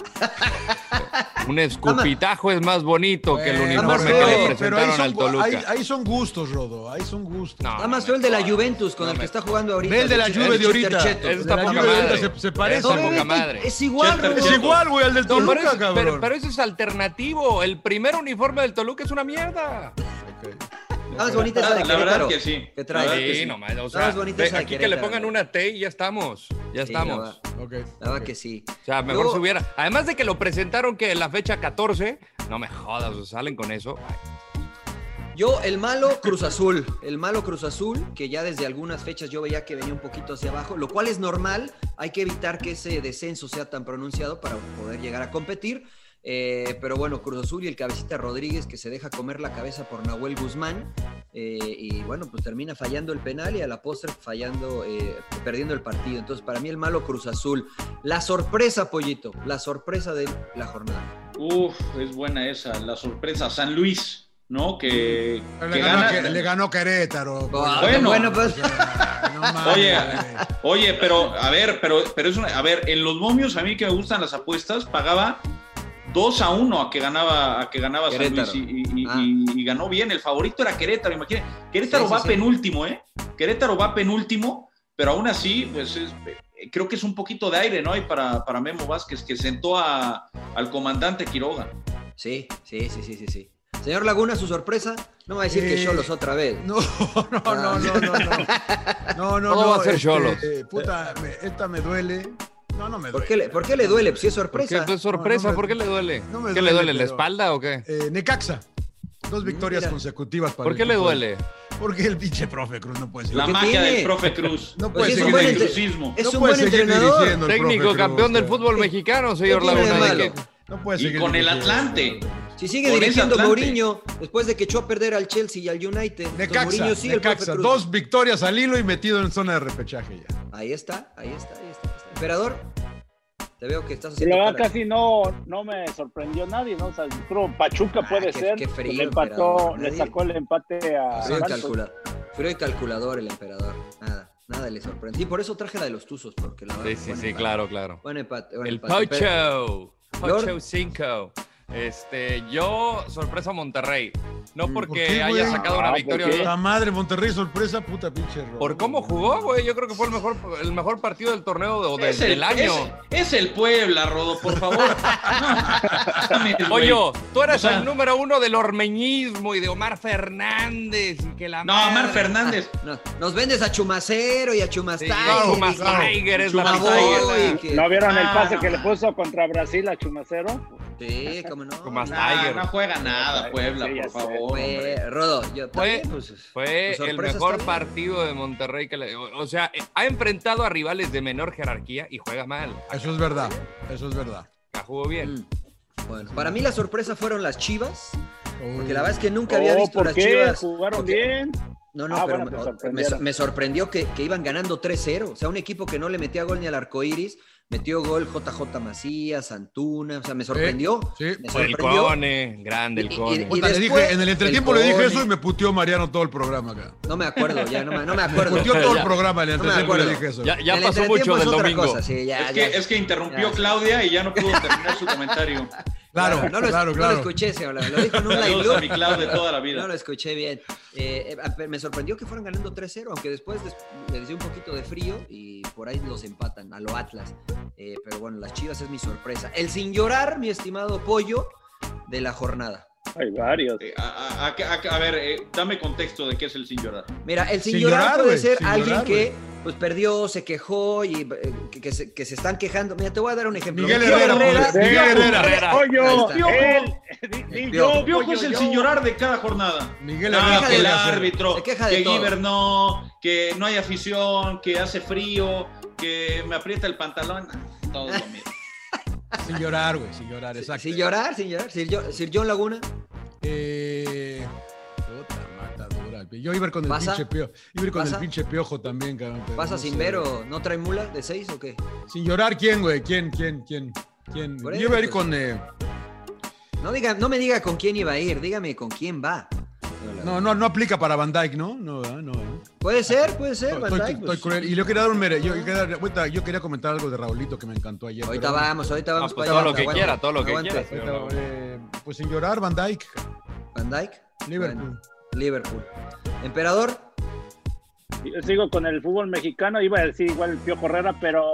Un escupitajo es más bonito que el
Nada más
uniforme
feo,
que le
pero ahí
presentaron
son,
al Toluca.
ahí- ahí son gustos, Rodo. Ahí son gustos.
No,
Nada más fue el de la Juventus con el que está jugando ahorita.
Ve el de la
Ch-
Juve de ahorita.
Chestercheto.
Ese
Eso está
De la
poca
Juve de
madre.
ahorita se- se parece.
Eso está
No,
poca
este-
madre.
Es igual,
Chester-
Rodó.
Es igual, güey, al del
No, pero,
Toluca,
es- pero-
cabrón.
pero eso es alternativo. El primer uniforme del Toluca es una mierda.
Nada más bonita esa de
La- la verdad
Querétaro.
que sí.
Que
Sí,
trae.
nomás, o
Nada
sea,
más bonita
ve,
esa de
aquí que le
Querétaro.
pongan una T y ya estamos. Ya
Sí,
estamos.
la
Ok,
La verdad
ok.
que sí.
O sea, mejor
Yo-
se hubiera. Además de que lo presentaron que en la fecha 14, no me jodas, o sea, salen con eso. Ay,
Yo, el malo Cruz Azul, el malo Cruz Azul, que ya desde algunas fechas yo veía que venía un poquito hacia abajo, lo cual es normal, hay que evitar que ese descenso sea tan pronunciado para poder llegar a competir. Eh, pero bueno, Cruz Azul y el cabecita Rodríguez que se deja comer la cabeza por Nahuel Guzmán. eh, y bueno, pues termina fallando el penal y a la postre fallando, eh, perdiendo el partido. Entonces, para mí el malo Cruz Azul. La sorpresa, Pollito, la sorpresa de la jornada.
Uf, es buena esa, la sorpresa. San Luis, ¿no? Que,
Pero
que
Le ganó,
gana-
a- le ganó Querétaro.
bueno.
pues.
Oye, oye, pero a ver, pero, pero es una- a ver, en los momios a mí que me gustan las apuestas pagaba 2 a 1 a que ganaba a que ganaba San
Querétaro.
Luis y, y- y-
Ah.
y- y ganó bien. El favorito era Querétaro, imagínate. Querétaro
Sí, sí,
va
sí.
penúltimo, ¿eh? Querétaro va penúltimo, pero aún así, pues es- eh, creo que es un poquito de aire, ¿no? Y para, para Memo Vázquez que sentó a- al comandante Quiroga.
Sí, sí, sí, sí, sí, sí. Señor Laguna, su sorpresa, no va a decir que
Eh,
yo los otra vez.
No, no, no, no, no. No, no, no.
Todo va a ser
este,
Xolos.
eh, puta, me- esta me duele. No, no me duele.
¿Por qué le, por qué le duele? Pues si es
¿Por qué
sorpresa.
esto es
No,
sorpresa?
no me-
¿Por qué le duele?
no me
¿Qué le
duele,
duele? ¿La
pero-
espalda o qué?
Eh, Necaxa. Dos victorias consecutivas para
¿Por
el
qué le
equipo.
duele?
Porque el pinche profe Cruz no puede ser.
La
que
magia
tiene.
del profe Cruz.
No
Pues
puede
sí, es
seguir
un buen,
dirigiendo.
entre-
crucismo.
es
no
un
puede
buen
seguir
entrenador.
dirigiendo el
Técnico
profe Cruz,
campeón del
o sea,
fútbol mexicano, señor
tiene de
Laguna. ¿de
malo?
qué?
No puede
Y
seguir
con el
dirigiendo.
Atlante.
Si sigue
Con ese
dirigiendo
Atlante.
Mourinho, después de que echó a perder al Chelsea y al United, entonces
Necaxa,
Mourinho sigue el
Necaxa,
profe Cruz.
dos victorias al hilo y metido en zona de repechaje ya.
Ahí está, ahí está, ahí está. ahí está. Emperador, te veo que estás
Y
haciendo.
la verdad
cara.
casi no, no me sorprendió nadie, ¿no? O sea, creo Pachuca
Ah,
puede
qué-
ser.
qué frío,
le empató,
emperador,
le
nadie- Pues
sacó el empate a
Frío y
Santos.
calculador. Frío y calculador el emperador. Nada, nada le sorprende. Y por eso traje la de los Tuzos, porque la verdad.
Sí, sí,
buen
sí,
empate.
claro, claro.
Buen empate. buen
El
empate. Emper-
Pocho.
pues, Lord.
Pocho 5. Este, yo, sorpresa Monterrey. No
Mm,
porque
¿por qué,
haya
güey?
sacado
Ah,
una
¿por
victoria.
qué?
¿no?
La madre Monterrey sorpresa, puta pinche robo.
Por cómo jugó, güey. Yo creo que fue el mejor, el mejor partido del torneo de- o de-
Es el,
del año.
Es, es el Puebla, Rodo, por favor. No,
Oye,
güey.
tú eras
O sea-
el número uno del ormeñismo y de Omar Fernández. y que la
No, Omar
madre-
Fernández.
Ah, No, nos vendes a Chumacero y a
Sí,
Chumastay.
no, Chumas
y-
Tiger es la
Chumaboy,
pistola.
que-
¿No vieron el
Ah,
pase
no.
que le puso contra Brasil a Chumacero?
Sí, cómo no.
Chumas
no,
Nah,
Ah, Tiger.
Ah, no juega nada, Puebla,
Sí, ya
por
sé.
favor.
Fue,
hombre.
Rodo, yo
Fue-
también, pues,
Fue
tu
el
sorpresa
mejor
está bien.
partido de Monterrey que le- o o sea, eh, ha enfrentado a rivales de menor jerarquía y juega mal.
Eso es verdad, eso es verdad.
La jugó bien.
Mm. Bueno, para mí la sorpresa fueron las Chivas, porque
Uy.
la verdad es que nunca había visto
Oh, ¿Por
las
qué?
Chivas.
Jugaron
porque-
bien.
No, no,
Ah,
pero
bueno, te
me- me,
sorprendieron.
me sorprendió que, que iban ganando 3-0. O sea, un equipo que no le metía gol ni al arco iris, metió gol JJ Macías, Antuna. O sea, me sorprendió.
sí.
me
El
sorprendió.
Cone, grande
Y-
el
y-
Cone.
Puta, le
después,
dije, en el entretiempo
el
le dije
gol.
eso y me puteó Mariano todo el programa acá.
No me acuerdo, ya no me, no me
Me
acuerdo.
puteó todo el
Ya.
programa en el
No me
entretiempo le
acuerdo.
dije eso.
Ya, ya
El
pasó mucho
entretiempo es
del
otra
domingo.
cosa, sí, ya,
es,
ya.
que, es que interrumpió
Ya.
Claudia y ya no pudo terminar su comentario.
Claro,
no lo,
claro,
no
claro.
lo escuché, señor. Lo dijo en un live
Saludos a mi
look.
Clau de toda la vida.
No lo escuché bien. Eh, eh, me sorprendió que fueran ganando 3-0, aunque después des- les dio un poquito de frío y por ahí los empatan a lo Atlas. Eh, pero bueno, las chivas es mi sorpresa. El sin llorar, mi estimado pollo, de la jornada.
Hay varios.
Eh, a, a- a- a- a ver, eh, dame contexto de qué es el sin llorar.
Mira, el sin,
Sin
llorar,
llorar,
puede
güey,
ser
sin
alguien
llorar,
que pues perdió, se quejó y eh, que, que se, que se están quejando. Mira, te voy a dar un ejemplo.
Miguel
Miguel
Herrera,
Herrera,
Miguel Herrera.
Pollo,
Ahí está.
él, di- di
Piojo.
yo,
Piojo
pollo,
es pues, el
yo.
sin llorar de cada jornada.
Miguel
Ah,
Herrera
queja
que el
de-
árbitro,
se queja de
que
todo.
Giver no, que no hay afición, que hace frío, que me aprieta el pantalón. Todo lo mismo.
Sin llorar, güey, sin llorar, exacto.
Sin llorar, sin llorar. Sir, Jo- Sir John Laguna.
Eh, puta matadura. Yo iba a ir con el
¿Pasa?
pinche piojo. Iba a ir con
¿Pasa?
el pinche piojo también, cabrón. pero
¿Pasa
no
sin
sé,
ver
güey.
o no trae mula de seis o qué?
Sin llorar, ¿quién, güey? ¿Quién, quién, quién? ¿Quién?
Por
Yo iba a
eso,
ir con. eh,
No, diga, no me diga con quién iba a ir, dígame con quién va.
no, no, no aplica para Van Dyke, ¿no? No, ¿verdad? no. ¿verdad?
Puede ser, puede ser. Van
Estoy,
Dijk,
estoy
pues.
cruel. Y yo quería dar un mere- Yo, yo quería, ahorita- yo quería comentar algo de Raulito que me encantó ayer.
Ahorita
pero-
vamos, ahorita vamos
Ah, pues, todo
allá,
lo que
aguante,
quiera, todo lo que
aguante.
quiera, señor Laguna.
Eh, pues sin llorar, Van Dyke.
Van Dyke.
Liverpool.
Liverpool. Emperador.
Yo sigo con el fútbol mexicano, iba a decir igual el Piojo Herrera, pero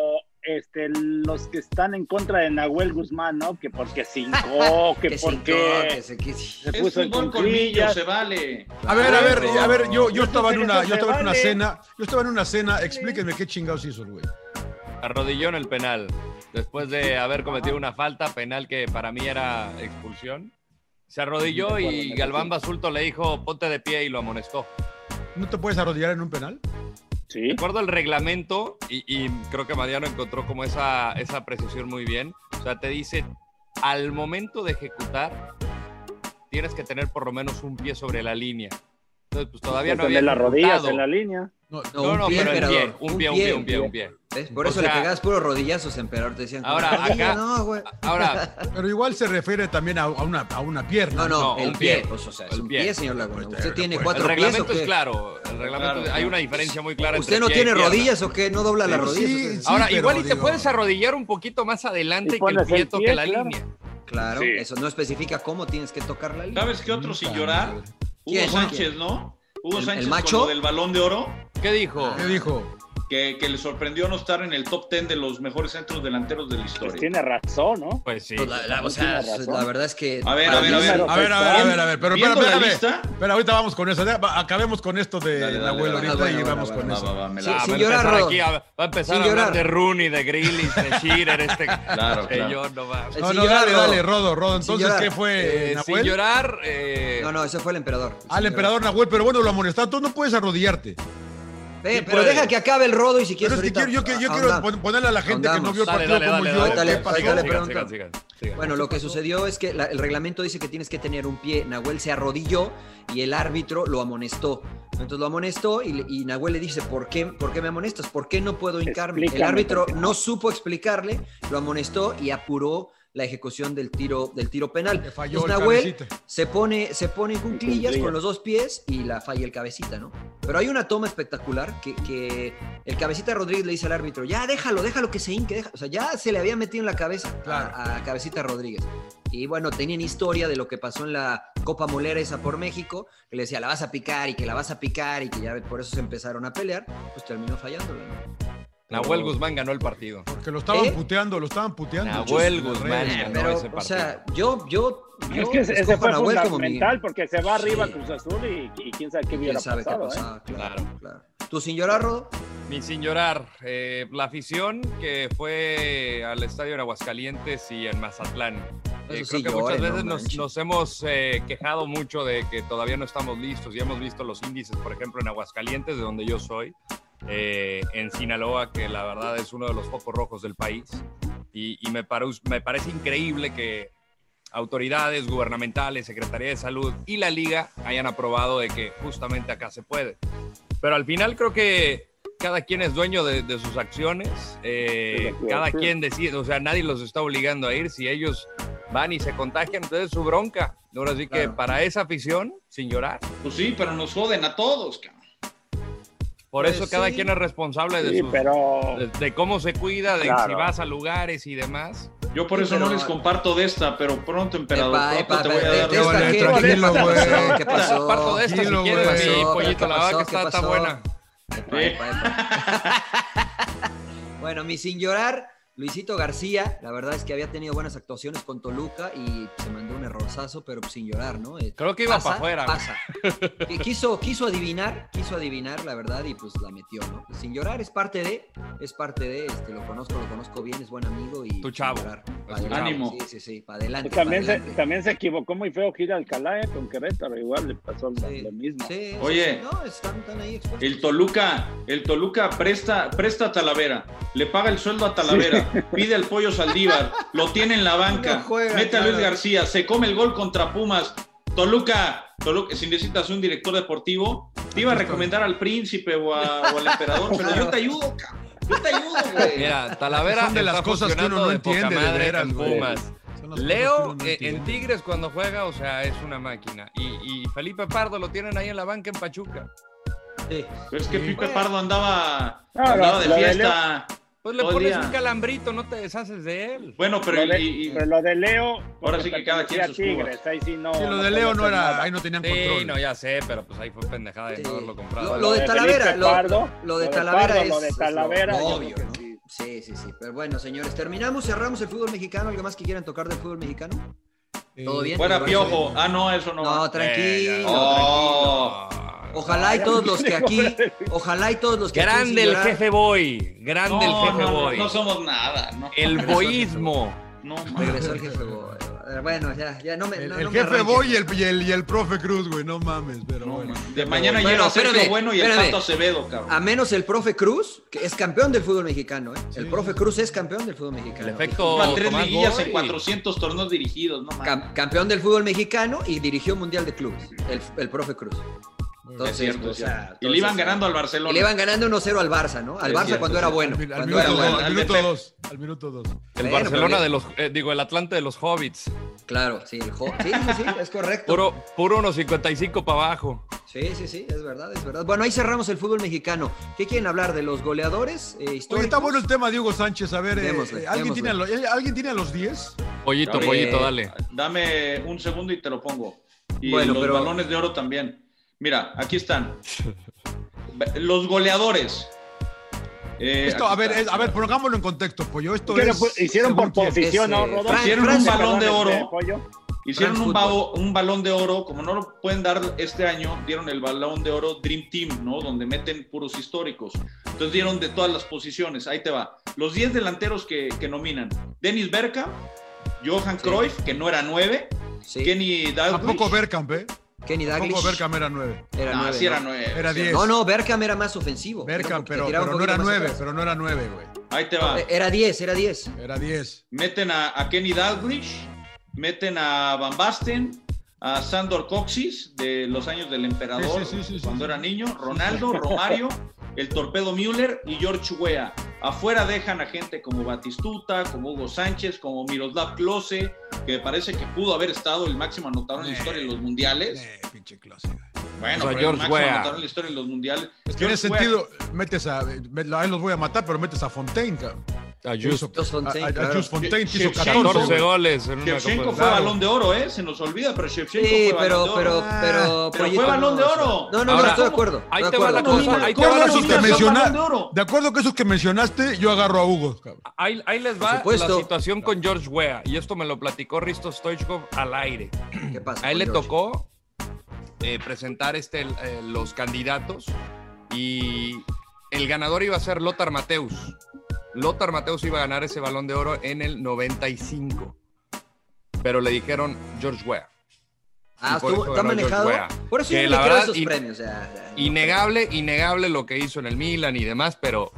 este, los que están en contra de Nahuel Guzmán, ¿no? Que porque cinco, que,
Que se
porque
hincó, que se- que-
se
Es
puso en
fútbol eh. colmillo,
cuclillas.
se vale.
A ver, a ver,
Claro.
a ver, yo, yo
Eso
estaba en
se-
una,
eso
yo estaba
se
en una
vale.
cena, yo estaba en una cena, explíquenme qué chingados hizo el güey.
Arrodilló en el penal. Después de haber cometido una falta penal que para mí era expulsión. Se arrodilló y Galván Basulto le dijo, ponte de pie y lo amonestó.
¿No te puedes arrodillar en un penal?
Sí.
Recuerdo el reglamento y, y creo que Mariano encontró como esa, esa precisión muy bien. O sea, te dice, al momento de ejecutar, tienes que tener por lo menos un pie sobre la línea. Entonces, pues todavía no
Pues,
había
en las rodillas,
ejecutado.
en la línea.
No,
No, no, pero el pie,
emperador.
un pie, un pie, un pie, un pie.
¿Ves? Por
O
eso
sea,
le pegabas puros rodillazos, emperador. Te decían,
Ahora,
"Con rodilla,
acá-
No, güey.
Ahora,
Pero igual se refiere también a, a una, a una
No,
pierna.
no,
No,
el
un
pie.
pie.
pues, o sea, es
El
un
pie.
pie, señor Laguna. Usted
Pues,
tiene
pues,
cuatro
el reglamento
pies.
es
¿o qué?
claro. El reglamento
Claro,
hay
claro.
una diferencia muy clara entre
¿Usted no
pie y
tiene
pierna.
rodillas o qué? ¿No dobla las
Pero
rodillas?
sí,
o qué?
sí.
Ahora,
pero
igual y te
digo-
puedes arrodillar un poquito más adelante
Y
que el
pones el
pie toque
pie,
la
claro.
línea.
Claro,
Sí.
eso no especifica cómo tienes que tocar la línea.
¿Sabes qué otro sin llorar?
¿Quién?
Hugo Sánchez, ¿no?
¿El-
Hugo
el
Sánchez
macho?
con lo del balón de oro,
¿Qué dijo?
¿Qué dijo?
que, que le sorprendió no estar en el top 10 de los mejores centros delanteros de la
Pues
historia.
tiene razón, ¿no?
Pues sí.
Pues, la, la- o sea,
Tiene razón.
la verdad es que.
A ver,
para
a ver,
mí
a
es
ver.
A ver, a ver, a ver, a ver, pero
Viendo
espérame,
la
espérame.
lista-
Pero ahorita vamos con eso. ya, va, Acabemos con esto de
Dale, dale,
Nahuel
dale,
ahorita
dale,
y
dale,
vamos
dale,
con
Va,
eso.
va, va, me la-
Ah,
Sí,
va
sin
a
llorar,
empezar
Rodo.
aquí, a- va a empezar
Sin
a hablar
llorar.
de Rooney, de Grealish, de Shearer, este
Claro, claro.
señor no va.
Eh,
No,
sin
no,
llorar,
dale,
Rodo.
dale, Rodo, Rodo.
Sin
Entonces,
llorar.
¿qué fue
Eh,
eh,
sin
Nahuel?
llorar, eh,
No, no, ese fue el emperador.
Al emperador Nahuel, pero bueno, lo amonestaron. Tú no puedes arrodillarte.
Ve,
Sí
pero
puede.
deja que acabe el rodo y si
Pero
quieres.
es que quiero, yo, que- yo quiero
ahondamos.
pon- ponerle a la gente que no
Ahondamos.
vio el
dale,
partido
dale,
como
dale,
yo.
dale,
Ahorita
¿qué
le-
sigan,
pasó?
ahorita le
sigan,
pregunto.
sigan, sigan, sigan.
Bueno, lo que sucedió es que la- el reglamento dice que tienes que tener un pie. Nahuel se arrodilló y el árbitro lo amonestó. Entonces lo amonestó y, le- y Nahuel le dice, ¿por qué, ¿por qué me amonestas? ¿Por qué no puedo hincarme? el
Explícame,
árbitro
por qué.
no supo explicarle, lo amonestó y apuró la ejecución del tiro, del tiro penal.
Le falló
Entonces,
el
Nahuel
cabecita.
se pone, se pone en cunclillas
cunclillas.
con los dos pies y la falla el cabecita, ¿no? Pero hay una toma espectacular que, que el cabecita Rodríguez le dice al árbitro, ya déjalo, déjalo que se hinque, deja-". o sea, ya se le había metido en la cabeza a-
Claro.
a, cabecita Rodríguez. Y bueno, tenían historia de lo que pasó en la Copa Molera esa por México, que le decía, la vas a picar y que la vas a picar y que ya por eso se empezaron a pelear, pues terminó fallándola, ¿no?
Nahuel
Pero-
Guzmán ganó el partido.
Porque lo estaban
¿Eh?
puteando, lo estaban puteando.
Nahuel Guzmán
Eh,
ganó
pero,
ese
o
partido.
sea, yo, yo, yo
Es que ese
escojo a
ese fue
Nahuel como mi-
fundamental porque se va arriba
Sí.
Cruz Azul y, y quién sabe qué
¿Quién
hubiera
sabe qué
pasado. ¿eh?
pasaba? Claro, claro. ¿Tú sin llorar, Rodo?
Ni sin llorar, eh, la afición que fue al estadio en Aguascalientes y en Mazatlán. Eh, creo
Eso sí
que
llore,
muchas
no
veces nos,
manches.
nos hemos eh, quejado mucho de que todavía no estamos listos y hemos visto los índices, por ejemplo, en Aguascalientes, de donde yo soy, eh, en Sinaloa, que la verdad es uno de los focos rojos del país. Y, y me, paru- me parece increíble que autoridades gubernamentales, Secretaría de Salud y la liga hayan aprobado de que justamente acá se puede. Pero al final creo que cada quien es dueño de, de sus acciones, eh,
Sí, sí,
cada
sí.
quien decide, o sea, nadie los está obligando a ir, si ellos van y se contagian, entonces es su bronca. Ahora sí que
Claro.
para esa afición, sin llorar,
Pues sí, pero nos joden a todos, cabrón.
por
Pues
eso cada
sí.
quien es responsable de,
Sí,
sus-
pero
de, de cómo se cuida, de
Claro.
si vas a lugares y demás.
Yo por
Sí,
eso no
pero-
les comparto de esta, pero pronto, emperador,
Epa,
pronto
epa, eh,
te voy
de-
a dar
de
la-
esta
Órale,
que-
tranquilo,
¿qué pasó?
güey.
¿Qué pasó?
Parto de esta si
Tranquilo,
quieres,
güey.
mi
¿Qué pasó?
pollito,
¿Qué
la vaca
pasó?
está,
¿Qué
está
pasó?
buena.
Epa, epa, epa. bueno, mi sin llorar, Luisito García, la verdad es que había tenido buenas actuaciones con Toluca y se mandó un errorzazo, pero sin llorar, ¿no? Eh,
Creo que iba
pasa,
para afuera.
Pasa. Qu- Quiso, quiso adivinar, quiso adivinar, la verdad, y pues la metió, ¿no? Pues sin llorar es parte de, es parte de, este, lo conozco, lo conozco bien, es buen amigo y.
Tu
sin
chavo.
llorar. Vale,
Ánimo.
Sí, sí, sí, para adelante.
Pues También
pa'
se,
adelante.
también se equivocó muy feo Gil Alcalá eh, con Querétaro, igual le pasó lo- lo mismo.
Sí, sí, sí,
Oye.
no, están, están ahí expuestos.
El Toluca, el Toluca presta, presta a Talavera, le paga el sueldo a Talavera, pide al pollo Saldívar, lo tiene en la banca,
No juega,
mete a Luis
claro.
García, se come el gol contra Pumas. Toluca, Toluca, si necesitas un director deportivo, te iba a recomendar al príncipe o, a- o al emperador, pero yo te ayudo, cabrón. Yo te ayudo, güey.
Mira, Talavera
Son de
está
las cosas que uno
funcionando
no
de poca
entiende, de
madre
veras,
con
güey.
Pumas.
Son las cosas que
Leo
uno no
eh, en
entiende.
Tigres cuando juega, o sea, es una máquina. Y, y Felipe Pardo lo tienen ahí en la banca en Pachuca.
Sí.
Pero es que
Sí.
Pipe Pardo andaba,
Ah,
andaba
la-
de
la de
fiesta.
Pues le
todo el
pones
día.
un calambrito, no te deshaces de él.
Bueno, pero,
Lo de-
y- y-
Pero lo de Leo.
Ahora sí que cada quien
pertenecía
sus
a Tigres,
cubas.
ahí sí no.
Sí,
no podía hacer nada.
Sí, no, ya sé, pero pues ahí fue pendejada de no haberlo comprado.
Lo, lo de Talavera,
Felipe
lo, lo-
Pardo,
lo de
lo de
Talavera
Pardo,
es,
lo de
es
Talavera, yo
obvio, ¿no? Sí, sí, sí. Pero bueno, señores, terminamos, cerramos el fútbol mexicano. ¿Algo más que quieran tocar del fútbol mexicano? ¿Todo bien?
Fuera
¿Te parece
Piojo.
bien?
Ah, no, eso no.
No, tranquilo,
Oh.
Ojalá y todos los que aquí, ojalá y todos los que aquí,
Grande
sin
el
llorar-
jefe boy, grande
No,
el jefe
no, no,
boy.
no somos nada, no.
El
Regresó el
boyismo.
No,
Regresó el jefe Boy. Eh, Bueno, ya, ya no me.
El,
no-
el
no me
jefe
arranquen.
Boy y el, y, el, y el profe Cruz, güey, no mames, pero bueno.
De mañana
Bueno,
llega Sergio
espérame,
Bueno y el
espérame.
Pato Acevedo, cabrón.
A menos el profe Cruz, que es campeón del fútbol mexicano. ¿eh? El profe Cruz es campeón del fútbol mexicano.
El efecto
Iba a tres
Tomás
liguillas
Boy.
en 400 torneos dirigidos, no mames.
Cam- campeón del fútbol mexicano y dirigió Mundial de Clubes, el, el profe Cruz. Entonces,
Es cierto,
o
sí.
sea,
y le iban
entonces,
ganando
ah,
al
y
Barcelona.
le iban ganando 1-0 al Barça, ¿no? Al
Es
Barça
cierto,
cuando
sí.
era bueno.
Al min- al
Al
cuando era
minuto
bueno.
dos, al minuto dos, al minuto dos.
El
Bueno,
Barcelona
pero-
de los, eh, digo, el Atlante de los Hobbits.
Claro, sí, el Hobbit. Sí, sí, sí, es correcto.
Puro, puro unos 55 para abajo.
Sí, sí, sí, es verdad, es verdad. Bueno, ahí cerramos el fútbol mexicano. ¿Qué quieren hablar? ¿De los goleadores eh,
Oye,
históricos?
está bueno el tema de Hugo Sánchez. A ver, eh,
Démosle,
eh,
démosle.
¿alguien, tiene a lo- eh, ¿alguien tiene a los 10?
Pollito,
Dame-
pollito, dale.
Dame un segundo y te lo pongo. Y
Bueno,
los
pero-
balones de oro también. Mira, aquí están. Los goleadores. Eh,
Esto,
aquí
a ver,
está.
es- a ver, pongámoslo en contexto, Pollo. Esto
Pero,
es,
pues, hicieron
según
por
quién.
posición, ¿no,
Ese-
Rodo?
Fran-
Hicieron un
Francia,
balón de
perdón, este,
oro.
Pollo.
Hicieron
France
un, bao- un balón de oro, como no lo pueden dar este año, dieron el balón de oro Dream Team, ¿no? Donde meten puros históricos. Entonces dieron de todas las posiciones, ahí te va. Los 10 delanteros que, que nominan. Dennis Bergkamp, Johan Cruyff, que no era 9,
Sí.
Kenny
¿A
Dalglish.
poco Bergkamp, eh?
Kenny
¿A
Dalglish.
poco Bergkamp era 9?
Era
Ah,
nueve,
sí era
¿no?
9.
Era 10.
No, no, Berkham era más ofensivo.
Bergkamp,
Te
pero,
tiraba un
pero no era
poquito más
9,
atrás.
pero no era 9, güey.
Ahí te va.
Eh, Era 10, era 10.
Era 10.
Meten a, a Kenny Dalglish, meten a Van Basten, a Sandor Coxis de los años del emperador
Sí, sí, sí, sí,
cuando
sí,
era niño, Ronaldo, Romario, el torpedo Müller y George Weah. Afuera dejan a gente como Batistuta, como Hugo Sánchez, como Miroslav Klose, que me parece que pudo haber estado el máximo anotador en la historia de los mundiales.
Eh, pinche clase. güey.
Bueno,
O sea,
pero el
George
máximo
Weah.
anotador en la historia de los mundiales.
Tiene
George Weah.
sentido, metes a. me- Ahí los voy a matar, pero metes a Fontaine, cabrón.
A
Que hizo-
Just Fontaine,
a- a- a
claro.
Just Fontaine que hizo
Shevchenko.
14.
14
güey.
goles en una
Shevchenko
Copa
fue
del-
balón de oro, ¿eh? Se nos olvida, pero Shevchenko
Sí,
fue
pero,
balón de
pero,
oro.
Ah,
pero.
Pero
Pollito,
fue balón de
no,
oro.
No, no, no,
Ahora,
estoy de acuerdo.
ahí
de
te va la
acuerdo.
cosa, ahí te
¿Cómo
va la
no
Esos
nominas
que
al
situación.
menciona-
Balón de Oro?
de acuerdo con esos que mencionaste, yo agarro a Hugo, cabrón.
Ahí, ahí les va la
supuesto.
situación con George Weah. Y esto me lo platicó Risto Stoichkov al aire.
¿Qué pasa?
A él le
George?
tocó eh, presentar este, el- eh, los candidatos y el ganador iba a ser Lothar Mateus. Lothar Mateus iba a ganar ese balón de oro en el 95. Pero le dijeron George Weah.
Ah,
y por
estuvo-
eso
está
ganó George
manejado.
Weah.
Por eso
Que
yo no
la
le creo
verdad,
esos
y-
premios. o sea,
Innegable, innegable lo que hizo en el Milan y demás, pero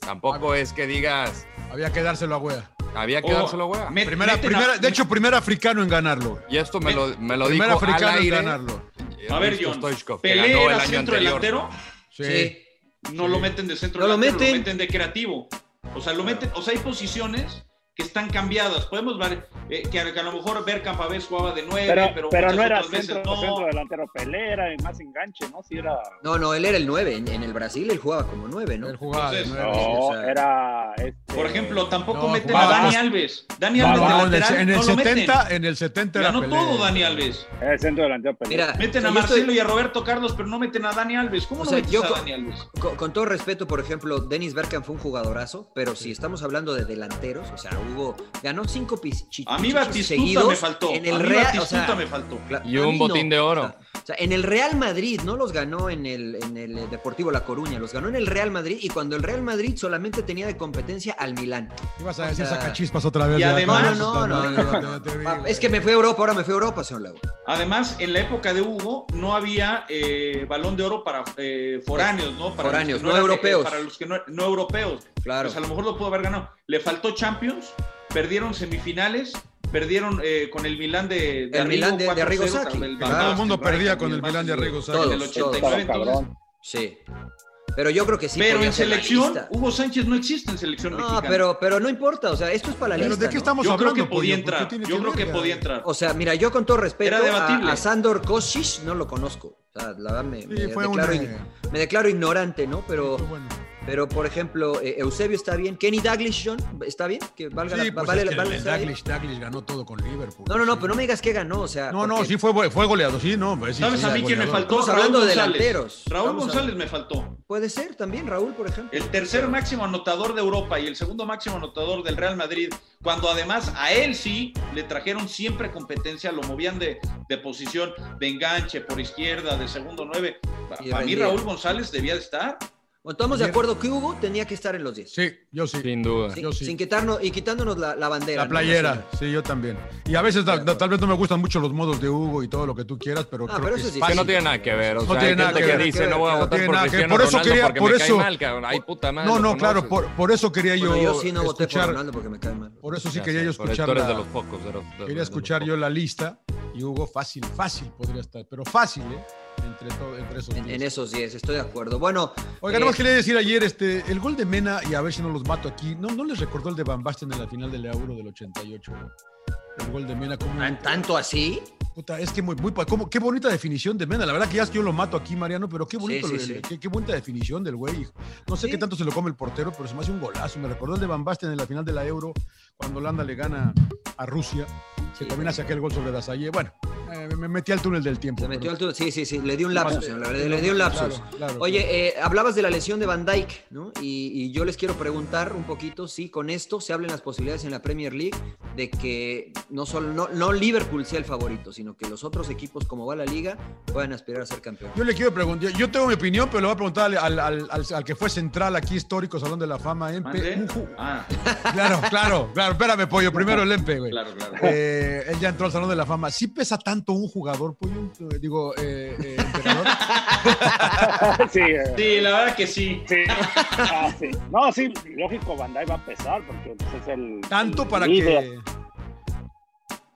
tampoco es que digas,
Había que dárselo a wea.
había que
Oh,
dárselo a Weah.
me-
Primera,
meten a-
primera, de hecho, primer africano en ganarlo. güey.
Y esto me lo, me lo
primer
dijo al
africano
aire.
en ganarlo.
A ver,
Risto
John,
Stoichkov, que
Pelé
ganó el
era
año
centro
anterior.
delantero,
Sí.
Sí.
no
Sí.
lo meten de centro
No lo
delantero,
meten.
lo meten de creativo. O sea, lo meten, o sea, hay posiciones que están cambiadas. Podemos ver eh, que, a, que a lo mejor Bergkamp a veces jugaba de nueve,
Pero,
Eh, pero,
pero
muchas
no era
otras veces
centro,
no.
centro delantero Pelé, era el más enganche, ¿no? Sí era.
No, no, él era el 9. En, en el Brasil él jugaba como 9, ¿no?
Él jugaba de
Entonces,
nueve.
No,
o sea,
era. este,
Por ejemplo, tampoco
No,
meten a
jugaba-
Dani Alves. Dani
No,
Alves
no,
de
en el,
lateral,
en el
no lo meten.
70, en el 70 era
Ganó
Pelé.
todo Dani Alves.
Era el centro delantero Pelé.
Mira,
Meten
o sea,
a
yo estoy-
Marcelo y a Roberto Carlos, pero no meten a Dani Alves. ¿Cómo
O
no
sea,
metes
yo
a
co-
Dani Alves?
Con, con todo respeto, por ejemplo, Dennis Bergkamp fue un jugadorazo, pero si estamos hablando de delanteros, o sea, Hugo ganó cinco pichitos
A mí Batistuta
seguidos
me faltó.
En
a
el
mí
Real, o
Batistuta
sea,
me faltó.
cla-
Y
a
un
mí
botín de oro.
O sea, O sea, en el Real Madrid, no los ganó en el, en el eh, Deportivo La Coruña, los ganó en el Real Madrid y cuando el Real Madrid solamente tenía de competencia al Milán.
¿Qué vas a decir sacachispas otra vez?
Y
¿verdad?
además, no,
No,
no,
no,
no,
no, no,
no. es que me fui a Europa, ahora me fui a Europa, señor Lago.
Además, en la época de Hugo no había eh, balón de oro para eh, foráneos, ¿no? Para
Foráneos,
los que
no
eran- eh,
europeos.
Para los que no, no europeos. Claro. Pues a lo mejor lo pudo haber ganado. Le faltó Champions, perdieron semifinales, perdieron eh, con el Milán de,
El Milán de- de
4-0,
Arrigo Sacchi.
con el
Claro.
Van
Todo el mundo
Basten,
perdía
Rijkaard,
con el Milán de Arrigo Sacchi.
Del
Todos, todos.
89, entonces.
Cabrón. Sí. Pero yo creo que sí.
Pero
podría
en
ser la
selección, Uh,
lista.
Hugo Sánchez no existe en selección
No,
mexicana.
pero, pero no importa, o sea, esto es para la
Pero
lista.
¿de qué
¿no?
estamos Yo creo hablando, que podía Pollo? ¿Por entrar, qué tiene yo que creo ver? que
eh?
podía entrar.
O sea, mira, yo con todo respeto
Era
a,
debatible.
a Sandor Koscic no lo conozco. O sea, la verdad me, me
fue
declaro,
una-
ign- me declaro ignorante, ¿no? Eh, Pero, pero por ejemplo, eh, Eusebio está bien, Kenny Daglish, John, ¿está bien? Que valga la,
Sí, pues
vale,
es que
vale-
el
está bien.
Dalglish, Dalglish ganó todo con Liverpool.
No, no, no, pero no me digas que ganó, o sea.
No, no,
porque-
sí fue, fue goleado, sí, no. pues sí,
¿Sabes
sí,
a mí quién me
goleador.
faltó?
Estamos hablando
Raúl
de
González.
delanteros.
Raúl
Estamos
González
hablando-
me faltó.
Puede ser también, Raúl, por ejemplo.
El tercer máximo anotador de Europa y el segundo máximo anotador del Real Madrid, cuando además a él sí le trajeron siempre competencia, lo movían de, de posición, de enganche, por izquierda, de segundo nueve. Pa-
Y
Para mí
rendía.
Raúl González debía de estar.
Bueno, estamos de acuerdo que Hugo tenía que estar en los 10.
Sí, yo sí.
Sin duda.
Sin, sin quitarnos y quitándonos la, la bandera.
La
¿no?
playera, sí, yo también. Y a veces ta- ta- tal vez no me gustan mucho los modos de Hugo y todo lo que tú quieras, pero
Ah,
creo
pero
que
eso
es
sí,
Que
fácil.
no tiene nada que ver. O
No
sea,
tiene
hay
nada
gente
que
que
ver,
dice,
que
no voy a
ver,
votar
que
por
ver".
Cristiano
Por eso
Ronaldo
quería-
porque
por
me cae
eso-
mal, cabrón. Ay, puta madre.
No,
lo
no,
conoces.
claro, por, por eso quería yo
Bueno, yo sí no voté
escuchar,
por Ronaldo porque me cae mal.
por eso sí
Ya
quería
sé,
yo
por el-
escuchar
tú eres
la-
de los pocos. de los- de- de
Quería
los
escuchar yo la lista y Hugo fácil, fácil podría estar, pero fácil, ¿eh? Entre, todo, entre esos
En, este
diez.
en esos 10, estoy de acuerdo. Bueno,
Oiga,
eh,
nada más quería decir ayer, este, el gol de Mena, y a ver si no los mato aquí, ¿no, no les recordó el de Van Basten en la final del Euro del 88? güey? El gol de Mena, como...
¿tanto así?
Puta, es que muy, muy, pa- cómo- qué bonita definición de Mena. La verdad que ya es que yo lo mato aquí, Mariano, pero qué bonito,
sí,
el-
sí.
Qué, qué bonita definición del güey. hijo. No sé qué tanto se lo come el portero, pero se me hace un golazo. Me recordó el de Van Basten en la final de la Euro, cuando Holanda le gana a Rusia, que también hace aquel gol sobre Dazaye. Bueno, eh, me- me metí al túnel del tiempo.
Se metió al túnel. Sí, sí, sí, le di un
No,
lapsus,
eh,
señor, la verdad, le di un lapsus.
claro, claro,
Oye, eh, hablabas de la lesión de Van Dyke, ¿no? Y, y yo les quiero preguntar un poquito si con esto se hablan las posibilidades en la Premier League de que no solo no, no Liverpool sea el favorito, sino que los otros equipos, como va la liga, puedan aspirar a ser campeón.
Yo le quiero preguntar, yo tengo mi opinión, pero le voy a preguntar al, al- al- al que fue central aquí, histórico, Salón de la Fama, Empe.
¿Mande?
Un ju-
Ah,
Claro, claro, claro, espérame, pollo, primero el Empe, güey.
claro, claro.
Eh, él ya entró al Salón de la Fama. ¿Sí pesa tanto un jugador, pollo? Eh, Digo, eh, eh, emperador.
sí, eh,
Sí, la verdad que sí.
ah, sí. No, sí, lógico, Bandai va a pesar porque pues, es el.
Tanto
el
para
líder.
que.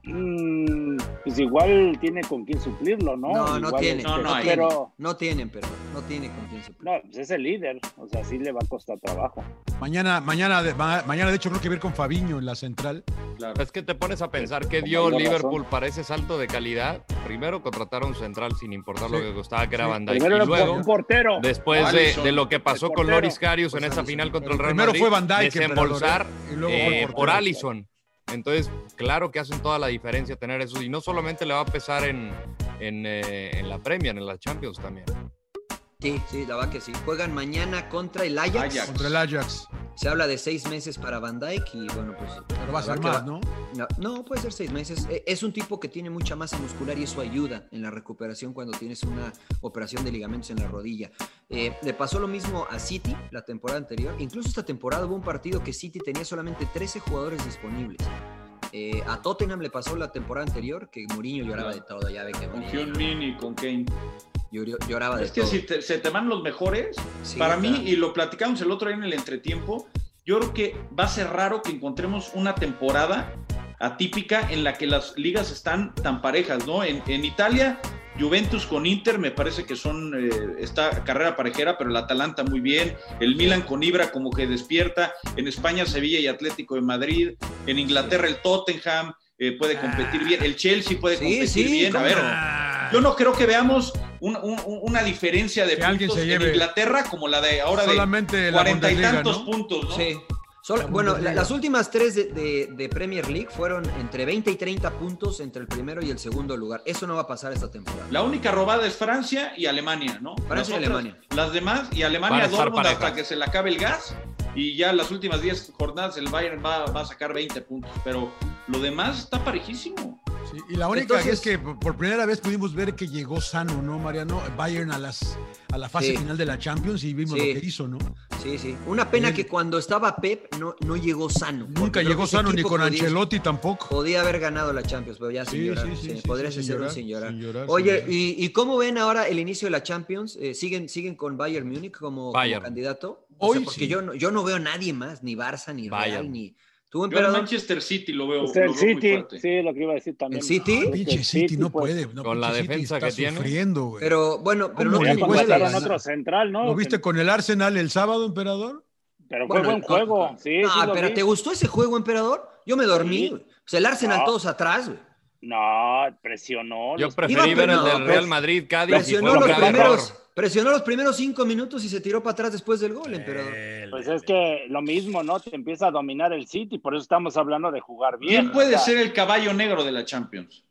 Mm, pues igual tiene con quién suplirlo, ¿no?
No, no
Igual,
tienen.
este,
No, no, tienen.
pero.
No tienen, pero no tienen con quién se
No, pues es el líder, o sea, sí le va a costar trabajo.
Mañana, mañana, de, ma- mañana, de hecho, creo que ver con Fabiño en la central.
Claro.
Es que te pones a pensar que dio
mayor
Liverpool para ese salto de calidad. Primero contrataron central sin importar lo
Sí.
que costaba que era
Sí.
Van Dijk.
Primero
Y
era un
luego,
portero.
después de,
Alisson,
de lo que pasó
el
con
portero.
Loris Karius en
Pues
esa
Alisson.
final contra el Real
Primero
Madrid,
fue Van Dijk,
desembolsar
emperador, ¿eh? Y luego fue el
eh, por
portero.
Allison. Entonces, claro que hacen toda la diferencia tener eso. Y no solamente le va a pesar en, en, eh, en la Premier, en la Champions también.
Sí, sí, la verdad que sí. Juegan mañana contra el Ajax.
Ajax.
Contra el Ajax.
Se habla de seis meses para Van Dyke y bueno, pues.
Pero
la
va a ser
verdad
más,
que va-
¿no?
No, no, puede ser seis meses. E- Es un tipo que tiene mucha masa muscular y eso ayuda en la recuperación cuando tienes una operación de ligamentos en la rodilla. Eh, le pasó lo mismo a City la temporada anterior. Incluso esta temporada hubo un partido que City tenía solamente 13 jugadores disponibles. Eh, a Tottenham le pasó la temporada anterior que Mourinho lloraba de todo. Ya ve que
Con
Mourinho
Heung-Min y con Kane.
llorió- lloraba Ah, de
Es que
todo.
si te- se te van los mejores,
Sí,
para
o
mí,
sea,
y lo platicamos el otro día en el entretiempo, yo creo que va a ser raro que encontremos una temporada atípica en la que las ligas están tan parejas, ¿no? En, en Italia, Juventus con Inter me parece que son eh, esta carrera parejera, pero el Atalanta muy bien, el Milan con Ibra como que despierta, en España Sevilla y Atlético de Madrid, en Inglaterra el Tottenham eh, puede competir bien, el Chelsea puede
Ah. Sí,
competir
sí,
bien, a
cómo
ver,
no.
yo no creo que veamos un- un- un- una diferencia de
Que alguien
puntos
se
en
lleve
Inglaterra como la de ahora de
Solamente la
cuarenta y
Bundesliga,
tantos
¿no?
puntos, ¿no?
Sí. Sol-
La
bueno, la-
Bundesliga.
las últimas tres de, de- de Premier League fueron entre 20 y 30 puntos entre el primero y el segundo lugar. Eso no va a pasar esta temporada.
La única robada es Francia y Alemania, ¿no?
Francia y
Las otras-
Alemania.
Las demás y
Van a
Alemania
estar
Dortmund
parejas.
hasta que se le acabe el gas y ya las últimas 10 jornadas el Bayern va, va a sacar 20 puntos, pero lo demás está parejísimo.
Sí, y la única
Entonces-
es que por por primera vez pudimos ver que llegó sano, ¿no, Mariano? Bayern a, las, a la fase
Sí.
final de la Champions y vimos
Sí.
lo que hizo, ¿no?
Sí, sí. Una pena que cuando estaba Pep no, no llegó sano. porque
Nunca
creo que
llegó
ese
sano ni
equipo
con
podía-
Ancelotti tampoco.
Podía haber ganado la Champions, pero ya sin
Sí,
llorar.
sí, sí,
sí,
sí,
podría
sí,
ser un
llorar,
sin llorar.
sin llorar,
Oye,
sin
¿y, y cómo ven ahora el inicio de la Champions? Eh, ¿siguen, ¿Siguen con Bayern Múnich como, como
Bayern.
candidato?
Hoy
porque
sí.
yo, no, yo no veo a nadie más, ni Barça, ni Real,
Bayern.
ni... ¿Tú,
Yo al
emperador?
Manchester City lo veo.
O sea,
lo
el
veo muy
City,
fuerte.
sí, lo que iba a decir también.
¿El City?
Creo que
Pinche City no
pues,
puede. no,
con la
pinche City
defensa
está
que tiene.
sufriendo, güey.
Pero bueno, pero no
¿Cómo le
tiene
cuesta
jugadores.
ganar?
Contrataron otro central, ¿no?
¿Lo viste con el Arsenal el sábado, emperador?
Pero fue
Bueno,
buen
no,
juego. Sí,
No,
sí lo
pero
vi.
¿te gustó ese juego, emperador? Yo me dormí.
Sí.
güey. O sea, el Arsenal
No.
todos atrás, güey.
No, presionó.
Yo
los-
preferí
Iba
ver el
primero,
del
pues,
Real Madrid, Cádiz, y fue
Presionó
un
los,
gran
primeros,
error.
presionó los primeros cinco minutos y se tiró para atrás después del gol, emperador.
Pues es que lo mismo, ¿no? Te empieza a dominar el City, por eso estamos hablando de jugar bien.
¿Quién puede
O sea,
ser el caballo negro de la Champions?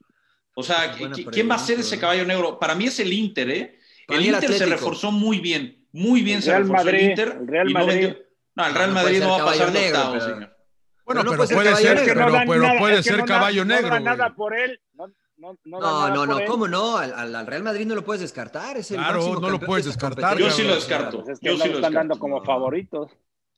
O sea,
Es buena
¿qui- ¿quién va a ser
pregunta,
ese
¿eh?
caballo negro? Para mí es el Inter, ¿eh?
Para
el
mí el
Inter se
Atlético.
reforzó muy bien, muy bien
El
se
Real
reforzó
Madrid,
el Inter.
el Real
y no
Madrid.
vendió- No, el Real
Ah, No puede
Madrid
ser
no va a
caballo
pasar de
negro,
octavos,
pero-
señor.
Bueno,
no
pero,
puede ser
puede
caballo
ser,
negro.
pero,
No
dan
pero
nada,
puede
es que
ser
no dan-
caballo
No
negro.
dan nada
güey.
por él. No, no, no, dan
No,
nada
no,
por
no,
él.
¿cómo no? Al, al- al Real Madrid no lo puedes descartar. Es el
Claro,
máximo
no lo
campeón
puedes
de esta
descartar,
competencia.
Yo sí lo descarto.
Pues es que
Yo
no
sí
lo
lo
están dando
descarto.
como favoritos.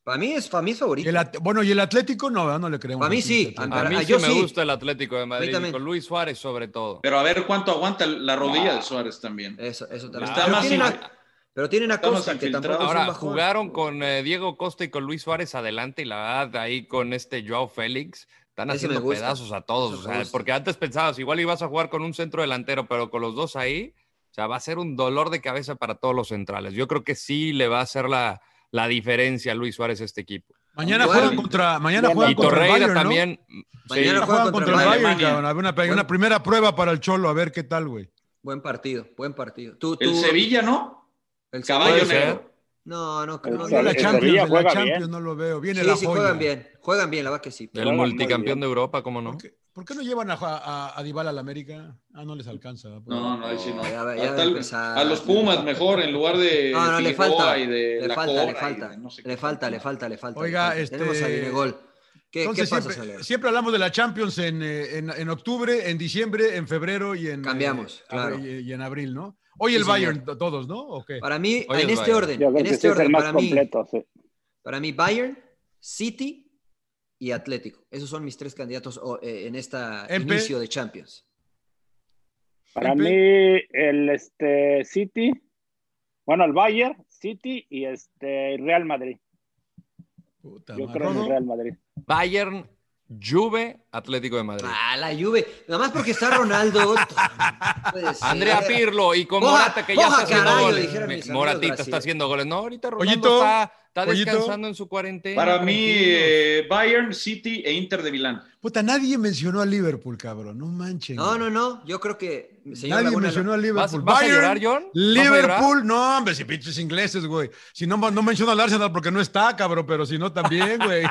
Para mí es, para mí es favorito.
El at- bueno, y el Atlético no, ¿verdad? no le creemos.
Para mí
al
sí,
Atlético.
A
Pero-
mí
ah,
sí
yo
me
sí.
gusta el Atlético de Madrid, y
también.
con Luis Suárez sobre todo.
Pero a ver cuánto aguanta la rodilla de Suárez también.
Eso, eso también.
Está
pero,
más
tienen
in-
a, pero tienen a
está más
Costa, que
infiltrado.
tampoco es un
Ahora,
bajón.
jugaron con eh, Diego Costa y con Luis Suárez adelante y la verdad ahí con este Joao Félix están
Ese me
haciendo
gusta.
pedazos a todos.
Eso
o
me
sea,
gusta.
porque antes pensabas, igual ibas a jugar con un centro delantero, pero con los dos ahí, o sea, va a ser un dolor de cabeza para todos los centrales. Yo creo que sí le va a hacer la, la diferencia a Luis Suárez este equipo.
Mañana
Igual.
juegan contra, mañana
Y
juegan
y
contra el
Torreira
Bayern, ¿no?
también.
Mañana
sí.
Juegan contra, el Bayern,
Alemania.
cabrón. Hay una, hay una primera prueba para el Cholo, a ver qué tal, güey.
Buen partido, buen partido. Tú,
El
tú-
Sevilla, ¿no?
el
Caballo
Puede ser.
negro.
No, no,
El
no,
En la
el
Champions,
Sevilla
en la
juega
Champions
bien.
no lo veo. Viene
Sí,
la
sí,
joya.
juegan bien. Juegan bien, la verdad que sí.
El
Juegan muy
multicampeón
bien.
de Europa, ¿cómo no?
¿Por qué, por qué no llevan a, a, a Dybala al América? Ah, no les alcanza. ¿verdad?
No, no, ahí sí
No,
no.
ya- ya
a, tal-
empezaron.
a los Pumas mejor en lugar de
No, no, le
Figueroa
falta.
y de
Le
la
falta, le
Cora y de
falta.
no sé qué.
Le falta, le falta, le falta.
Oiga,
le falta.
este-
Tenemos a Gol. ¿Qué, qué
Entonces,
pasa,
siempre,
Soler?
siempre hablamos de la Champions en, eh, en, en octubre, en diciembre, en febrero y en.
Cambiamos,
eh,
claro.
abri- y, en abril, ¿no? Hoy el
Sí, señor.
Bayern, to- todos, ¿no? ¿O qué?
Para mí,
Oye,
en
el
este
Bayern.
orden,
Yo creo
en este
que sí es el
orden,
más
para mí,
completo. sí.
para mí Bayern, City y Atlético. Esos son mis tres candidatos o, eh, en este
Empe.
inicio de Champions.
Para
Pepe.
mí, el este, City, bueno, el Bayern, City y este Real Madrid.
Puta
Yo
madre.
creo en el
Rodo.
Real Madrid.
Bayern, Juve, Atlético de Madrid.
Ah, la Juve. Nada más porque está Ronaldo. Puede ser.
Andrea Pirlo y con
Coja-
Morata que ya
coja
está haciendo
carajo, dijeron mis
goles.
amigos
Moratita
brasileños.
está haciendo goles. No, ahorita Ronaldo
Pollito,
está, está
pollito.
descansando en su cuarentena.
Para mí,
tranquilo.
eh, Bayern, City e Inter de Milán.
Puta, nadie mencionó a Liverpool, cabrón. No manchen.
No, no, no. Yo creo que. señor
Nadie
Laguna,
mencionó a
¿Vas,
Liverpool.
vas a
Bayern,
llorar, John?
Liverpool, no, hombre, si pinches ingleses, güey. Si no, no menciono al Arsenal porque no está, cabrón, pero si no también, güey.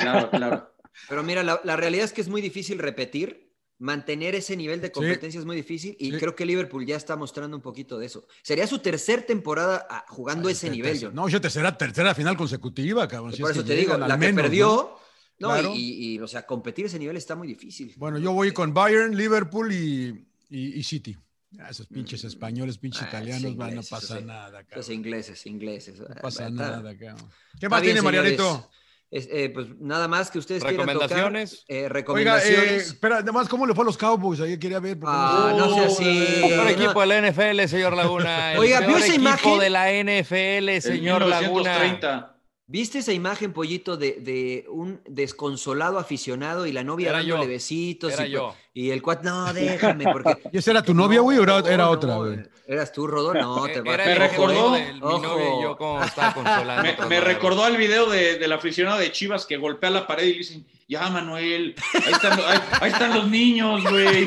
Claro, claro.
Pero mira, la, la realidad es que es muy difícil repetir. Mantener ese nivel de competencia es muy difícil y
Sí.
creo que Liverpool ya está mostrando un poquito de eso. Sería su tercer temporada ah, jugando ese nivel, John.
No, yo te será tercera final consecutiva, cabrón.
Por
si es
eso
que
te digo,
llegan, al
la que
menos, ¿no?
perdió. No,
Claro.
y, y- y, o sea, competir ese nivel está muy difícil.
Bueno, yo voy con Bayern, Liverpool y, y- y City. Ah, esos pinches españoles, pinches
Ah,
italianos,
sí,
van, no
ingleses,
pasa
sí.
nada,
Los
cabrón.
ingleses, ingleses.
No pasa
Ah, está-
nada, cabrón. ¿Qué
está
más
bien,
tiene, Marianito?
señores. Es- eh, pues nada más que ustedes quieran tocar.
¿Recomendaciones?
Eh,
Oiga, eh,
recomendaciones.
espera, además, ¿cómo le fue a los Cowboys? Ayer quería ver. porque
Ah, no sea así.
Mejor
No.
equipo de la NFL, señor Laguna. El
Oiga, ¿vio
peor
esa
equipo
imagen?
de la NFL, señor
El
Laguna.
1930.
¿Viste esa imagen, Pollito, de, de un desconsolado aficionado y la novia
Era
dándole
yo.
besitos?
Era
y,
yo.
y el cuat, no, déjame, porque...
¿Y esa era tu novia, güey, o era, era
No,
otra,
no,
güey?
¿Eras tú, Rodo? No, te va
Eh, Era
a...
Me
el ojo
recordó-
de él, mi novia y yo como estaba consolando.
Me, me recordó al video de, del aficionado de Chivas que golpea la pared y le dicen, ya Manuel, ahí están, ahí- ahí están los niños, güey.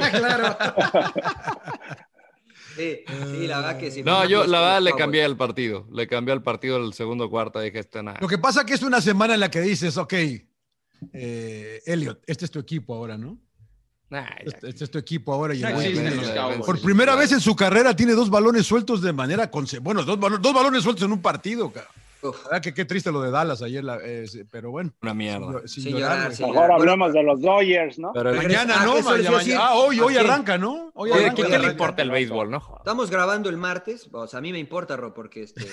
Sí, sí, la verdad que sí.
No, yo la verdad le
Cowboys.
cambié el partido. Le cambié el partido el segundo cuarto. Dije, este nada.
Lo que pasa que es una semana en la que dices, ok, eh, Elliot, este es tu equipo ahora, ¿no?
Nah, ya.
Este, este es tu equipo ahora. Y
No
el güey
existen
viene-
los Cowboys.
Por primera vez en su carrera tiene dos balones sueltos de manera conse- Bueno, dos, balo- dos balones sueltos en un partido, cabrón. verdad que qué triste lo de Dallas ayer, la- eh, sí, pero bueno.
Una mierda.
Sin,
Sin
llorar,
llorar,
güey.
sin Mejor llorar. hablemos de los Dodgers, ¿no?
Pero-
mañana
Ah,
no,
eso les
mañana.
iba a decir.
ah, hoy, hoy
¿A quién?
arranca, ¿no? Hoy
Oye,
Oye,
arranca.
¿quién te le importa el béisbol, no?
Estamos grabando el martes. O sea, a mí me importa, Ro, porque, este,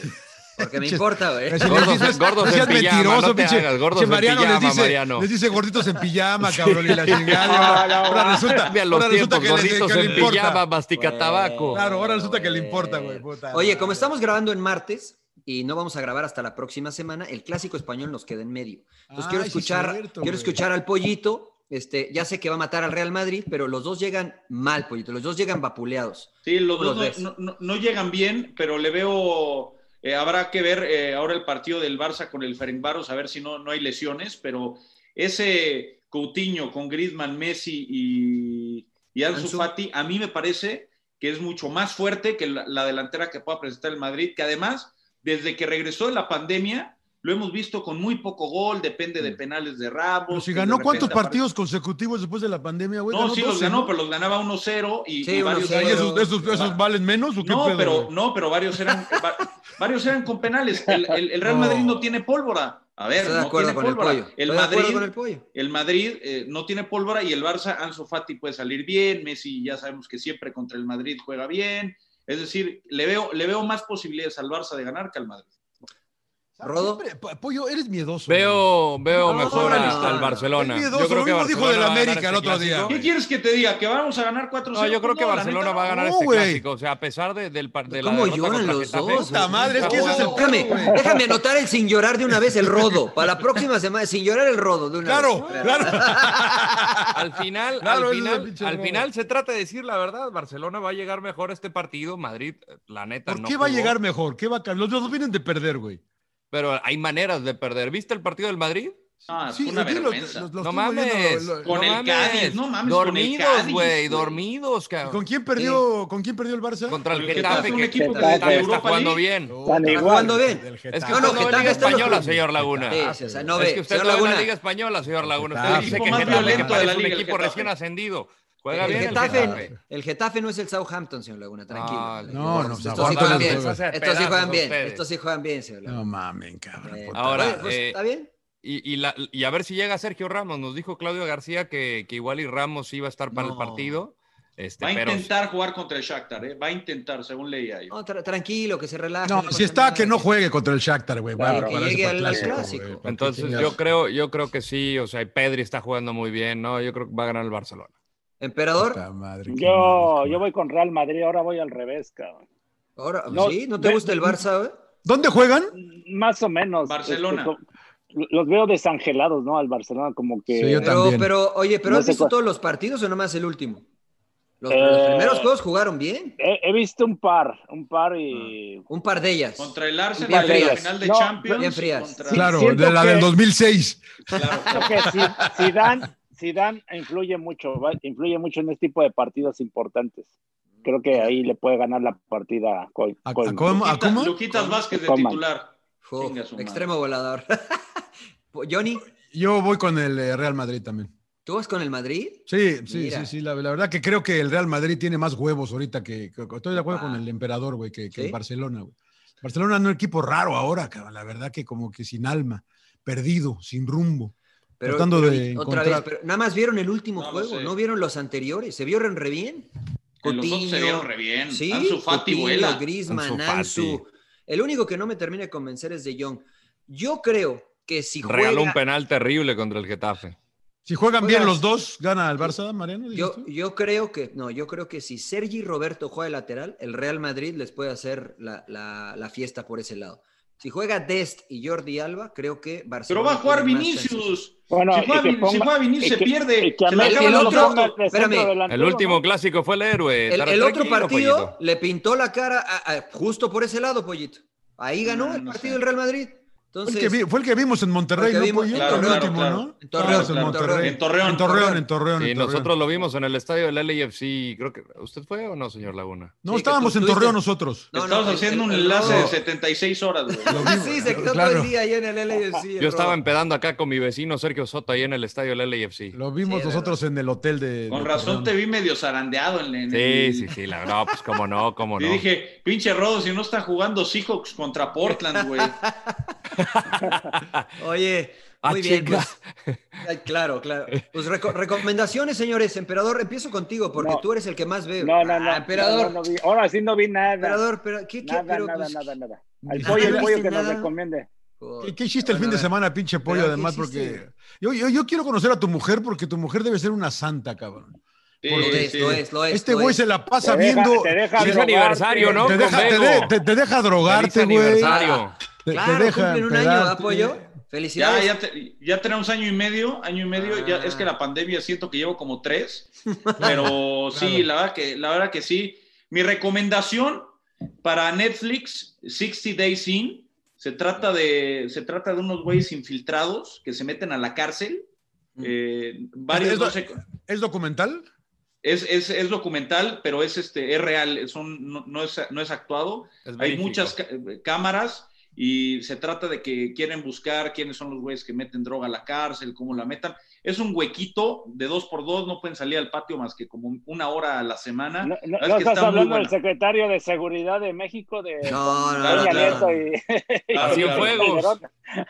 porque me
Pinches-
importa, güey.
Así les
Gordos-
dices,
gordos
no
en
seas
pijama,
mentiroso,
no te
pinche-
hagas, gordos
pinche
en
Mariano les
pijama,
dice,
Mariano.
les dice gorditos en pijama, cabrón, y la chingada.
No, no,
ahora resulta,
Cambia Ah, los
ahora resulta
tiempos,
que le-
gorditos
que le
en
importa.
pijama, mastica
Güey.
tabaco.
Claro, ahora resulta que le importa, güey. puta
Oye,
madre.
como estamos grabando en martes y no vamos a grabar hasta la próxima semana, el clásico español nos queda en medio. Entonces
Ay,
quiero
Ah, sí,
escuchar,
cierto,
quiero
güey.
escuchar al pollito. Este, ya sé que va a matar al Real Madrid, pero los dos llegan mal, pollito. Los dos llegan vapuleados.
Sí, los
¿Cómo los
dos
ves?
Pues no, no- no llegan bien, pero le veo. eh, habrá que ver eh, ahora el partido del Barça con el Ferencváros, a ver si no, no hay lesiones, pero ese Coutinho con Griezmann, Messi y, y Ansu,
Ansu.
Fati, a mí me parece que es mucho más fuerte que la, la delantera que pueda presentar el Madrid, que además, desde que regresó de la pandemia, lo hemos visto con muy poco gol, depende de penales de
Pero
Ramos.
Pues, si
que de
ganó
repente
cuántos
aparece-
partidos consecutivos después de la pandemia, güey.
No, sí los
12,
ganó,
¿no?
pero los ganaba 1-0 y,
Sí,
y
1-0.
varios... Ah.
Ay, ¿Esos, esos, esos valen menos o qué
No,
pedo,
pero,
güey?
no, pero varios eran, va- varios eran con penales. El, el- el Real
No.
Madrid no tiene pólvora. A ver,
Estoy de
no
acuerdo
tiene
con el
pólvora.
pollo. Estoy de
Madrid,
acuerdo con el pollo.
el Madrid eh, no tiene pólvora y el Barça, Ansu Fati puede salir bien. Messi ya sabemos que siempre contra el Madrid juega bien. Es decir, le veo, le veo más posibilidades al Barça de ganar que al Madrid.
Rodo.
Siempre, po- Pollo, eres miedoso. güey.
Veo, veo
No,
mejor al,
no,
al
no.
Barcelona.
Es miedoso, lo mismo dijo del
va a ganar
América el otro día,
clásico.
¿Qué quieres que te diga? ¿Que vamos a ganar 4-0?
No, yo creo que
No, la
Barcelona
neta,
va a ganar
no,
este
güey.
clásico. O sea, a pesar de, del par- de la
¿Cómo
derrota
lloran
contra
los
Getafe,
dos?
Puta madre, es que ese es el
Déjame,
pedo, güey.
déjame anotar el sin llorar de una vez el rodo. Para la próxima semana, sin llorar el rodo de una
Claro,
vez.
claro.
Al final,
Claro,
al
ese es el
final,
pinche
al
robo.
final se trata de decir la verdad. Barcelona va a llegar mejor a este partido. Madrid, eh, la neta,
¿Por
no
qué va a
jugó,
llegar mejor? ¿Qué va a cambiar? Los dos vienen de perder, güey.
Pero hay maneras de perder. ¿iste el partido del Madrid?
Ah, es una
los- los-
vergüenza.
los- los
no
estoy viendo,
mames.
lo- lo-
Con
no
el
mames.
Cádiz, no mames, con el
Dormidos,
Cádiz,
güey.
güey.
Dormidos,
¿Y
cabrón.
¿Con quién perdió, ¿Con quién perdió el Barça?
Contra el
Porque
Getafe,
Getafe es un
que
equipo
que
Getafe
está en
está
Europa
jugando
League.
bien.
Están
Está
igual.
jugando bien.
Del
Es
Getafe.
que
No,
no,
no,
no ve
Getafe
Liga
está en los
Española,
clubes.
señor Laguna.
Sí, sí, o sea, no
es
ve.
que usted
Señor
no ve la
Laguna,
Liga Española, señor Laguna.
El
Usted dice
Pues equipo
que
más
Getafe, que
violento de la
parece un
liga, el
equipo
Getafe.
recién ascendido. Juega
El
bien el
Getafe,
Getafe.
el Getafe no es el Southampton, señor Laguna, tranquilo.
Ah,
no, no,
estos,
no,
sí
no,
juegan
no,
bien.
no,
no, no,
Estos sí
no,
juegan
no,
bien.
ustedes.
Estos sí juegan bien, señor
No
Laguna.
mamen, cabrón.
Eh,
puta
ahora,
oye, pues,
eh,
¿Está bien?
Y, y, la- y a ver si llega Sergio Ramos. Nos dijo Claudio García que, que igual y Ramos iba a estar para
No.
el partido. Este,
Va a
pero
intentar jugar contra el Shakhtar, ¿eh? va a intentar, según leía yo.
No, tra- tranquilo, que se relaje.
No,
pasa
si está,
nada.
que no juegue contra el Shakhtar, güey.
Claro,
vale,
que
para ese
llegue al
clásico,
clásico.
güey, para que
entonces
tengas-
yo creo, yo creo que sí. O sea, y Pedri está jugando muy bien, ¿no? Yo creo que va a ganar el Barcelona.
Emperador,
Puta madre, qué
Yo,
mal,
yo voy con Real Madrid, ahora voy al revés, cabrón.
ahora,
No,
¿sí? ¿No te
ve-
gusta el Barça, eh? güey?
¿Dónde juegan?
Más o menos.
Barcelona.
este, co- los veo desangelados, ¿no? Al Barcelona, como que.
Sí, yo
Pero,
también.
pero, oye, ¿pero
No
has
sé
visto
cuál-
todos los partidos o nomás el último? Los,
Eh,
los primeros juegos jugaron bien.
He, he visto un par, un par
Ah.
y.
Un par de ellas.
Contra el
Bien
Arsenal en la
frías.
final de
No,
Champions.
bien frías.
contra-
Sí,
Claro,
siento
de la del
que-
2006.
Creo que Zi- Zidane, Zidane influye mucho, va- influye mucho en este tipo de partidos importantes. Creo que ahí le puede ganar la partida. Con,
¿A-
con-
a cómo?
Luquita-
cómo?
Luquitas Vázquez de
Coman.
titular.
Uf,
Chinga su madre.
extremo volador. Johnny,
Yo voy con el eh, Real Madrid también.
¿tú vas con el Madrid?
Sí, sí,
Mira.
sí, sí. La, la verdad que creo que el Real Madrid tiene más huevos ahorita que. que- que- estoy de acuerdo
Ah.
con el emperador, güey, que,
¿Sí?
que el Barcelona, güey. Barcelona no es un equipo raro ahora, cabrón. La verdad que como que sin alma, perdido, sin rumbo.
Pero,
Tratando
pero
de
otra vez,
encontrar-
pero nada más vieron el último
No lo
juego,
sé.
no vieron los anteriores, se vieron re bien.
Que los otros se
Coutinho,
vieron re bien.
Sí,
Ansu Fati
Coutinho,
vuela.
Griezmann,
Ansu Fati.
Ansu. El único que no me termina de convencer es De Jong. Yo creo que si juega,
Regaló un penal terrible contra el Getafe.
Si juegan bien
Juegas-
los dos, gana el Barça, Mariano. dices
yo,
tú?
yo creo que no, yo creo que si Sergi Roberto juega de lateral, el Real Madrid les puede hacer la, la- la fiesta por ese lado. Si juega Dest y Jordi Alba, creo que
Pero
Barcelona.
va a jugar
tiene más chances.
Vinicius.
Bueno,
si, juega,
y que
Vin- si
ponga-
juega Vinicius,
y
se
que-
pierde.
y que a
Se le
Messi
acaba
el
la
no lo
otro-
ponga de centro
espérame, el
delantero,
El último
¿no?
clásico fue el héroe.
El,
Estar
el otro
tranquilo,
partido
pollito.
le pintó la cara a- a- justo por ese lado, Pollito. Ahí ganó
No,
el
no
partido
sé.
del Real Madrid. Entonces,
Fue el, que vi- fue el que vimos en Monterrey,
el que
¿no?
vimos-
Pollo?
claro,
El
claro,
último,
claro.
¿no?
En Torreón,
Ah, es en
claro,
Monterrey.
en Torreón.
En Torreón, en Torreón.
Sí,
en Torreón.
nosotros lo vimos en el estadio del LAFC. Creo que usted fue o no, señor Laguna.
No,
Sí, que
estábamos
tú
en Torreón
estuviste-
nosotros.
No, no,
Estamos
el-
haciendo
el-
un
el
enlace
rodo-
de 76 horas, güey.
Lo
sí,
vimos,
se quedó todo
claro.
el día ahí en el LAFC. el
Yo estaba
rodo.
empedando acá con mi vecino Sergio Soto ahí en el estadio del LAFC.
Lo vimos
Sí,
nosotros en el hotel de.
Con
de
razón
Torreón.
te vi medio zarandeado en, en
Sí,
el-
sí, sí, la verdad, pues cómo no, cómo
Y
no.
dije, pinche Rodo, si no está jugando Seahawks contra Portland, güey.
Oye,
Ah,
muy bien. pues, ay, claro, claro. Pues reco- recomendaciones, señores. Emperador, empiezo contigo porque tú eres el que más veo.
No, no, no.
Ah, emperador.
No, no, no vi. Ahora sí no vi nada.
Emperador, pero ¿qué- qué-
Nada,
pero,
nada,
pues,
nada, nada.
¿qué-
Al pollo,
no
el pollo
viste
que nos
nada?
recomiende.
¿Qué, qué hiciste el fin de semana, pinche pollo?
¿qué
Además,
hiciste?
porque yo, yo, yo quiero conocer a tu mujer porque tu mujer debe ser una santa, cabrón.
Sí,
Porque
lo es, lo es, lo es,
Este
lo
güey
es.
se la pasa
Te deja-
viendo.
te deja Feliz drogarte. aniversario, ¿no?
Te deja,
Con
te
Vego.
de- te- te deja drogarte,
Feliz
güey.
Ah,
aniversario.
Te, te
Claro,
deja eh.
cumplen un año, ¿verdad,
empedarte.
pollo?
¿ah, Felicidades.
Ya, ya, te- ya tenemos año y medio, año y medio. Ya, es que la pandemia siento que llevo como tres, pero sí, la verdad, que, la verdad que sí. Mi recomendación para Netflix, 60 Days In, se trata de, se trata de unos güeyes infiltrados que se meten a la cárcel. Eh, varios,
¿Es, do-
no sé-
¿Es documental?
es, es- es documental, pero es, este, es real, son, no, no es, no es actuado.
Es
Hay
verídico.
muchas ca- eh, cámaras y se trata de que quieren buscar quiénes son los güeyes que meten droga a la cárcel, cómo la metan. Es un huequito de dos por dos, no pueden salir al patio más que como una hora a la semana.
No, no,
La verdad
no
es
estás
que está muy
hablando del
buena.
secretario de Seguridad de México de
Ah,
No, no,
Peña
no, claro.
Nieto y,
Ah, Cienfuegos.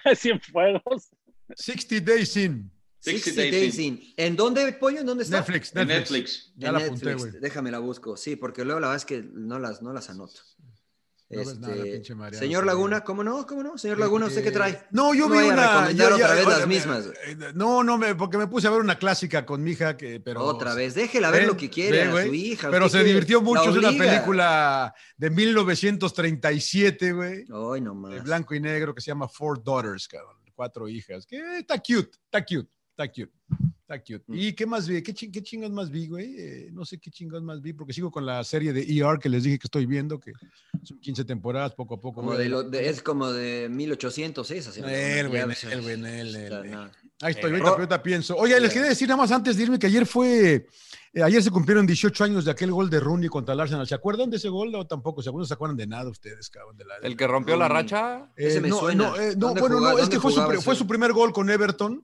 y- Cienfuegos.
60 Days In.
60 Days In. ¿En dónde, pollo? ¿En dónde está?
Netflix, En Netflix. Netflix. Ya
En
la apunté,
Netflix.
güey.
Déjame la busco, sí, porque luego la verdad es que no las, no las anoto.
No ves nada,
Este,
pinche Mariano,
señor Laguna, ¿cómo no? ¿Cómo no? Señor Laguna, ¿usted qué trae?
No, yo
me
vi
voy
una.
a recomendar
yo- ya-
otra vez
oye,
las
me-
mismas. güey.
eh, No, no, me, porque me puse a ver una clásica con mi hija, que, pero.
Otra vez, déjela ver lo que quiere a
güey.
su hija,
Pero
¿usted
se
qué?
divirtió
La
mucho, es una
obliga.
película de 1937, güey.
Ay, nomás.
De blanco y negro que se llama Four Daughters, cabrón. Cuatro hijas. Que está cute, está cute, está cute. Está cute.
Mm.
¿Y qué más vi? ¿Qué, ching- qué chingas más vi, güey? Eh, no sé qué chingas más vi, porque sigo con la serie de ER que les dije que estoy viendo, que son 15 temporadas, poco a poco.
Como
voy
de
a-
lo- de- es como de 1800, ¿eh? Esa, señor
Nel, güey,
Laguna.
Nel, güey, Nel,
Está,
Nel.
no.
Ahí estoy,
Eh,
ahorita,
Ro-
ahorita pienso. Oye, les quería decir nada más antes de irme que ayer fue, eh, ayer se cumplieron 18 años de aquel gol de Rooney contra el Arsenal. ¿Se acuerdan de ese gol o tampoco? Seguro no se acuerdan de nada ustedes, cabrón. De la,
El que rompió la racha.
Eh, no, no, eh, no,
¿Dónde
bueno,
jugaba-
no, es
dónde
que fue su,
jugaba
pri-
ese?
fue su primer gol con Everton.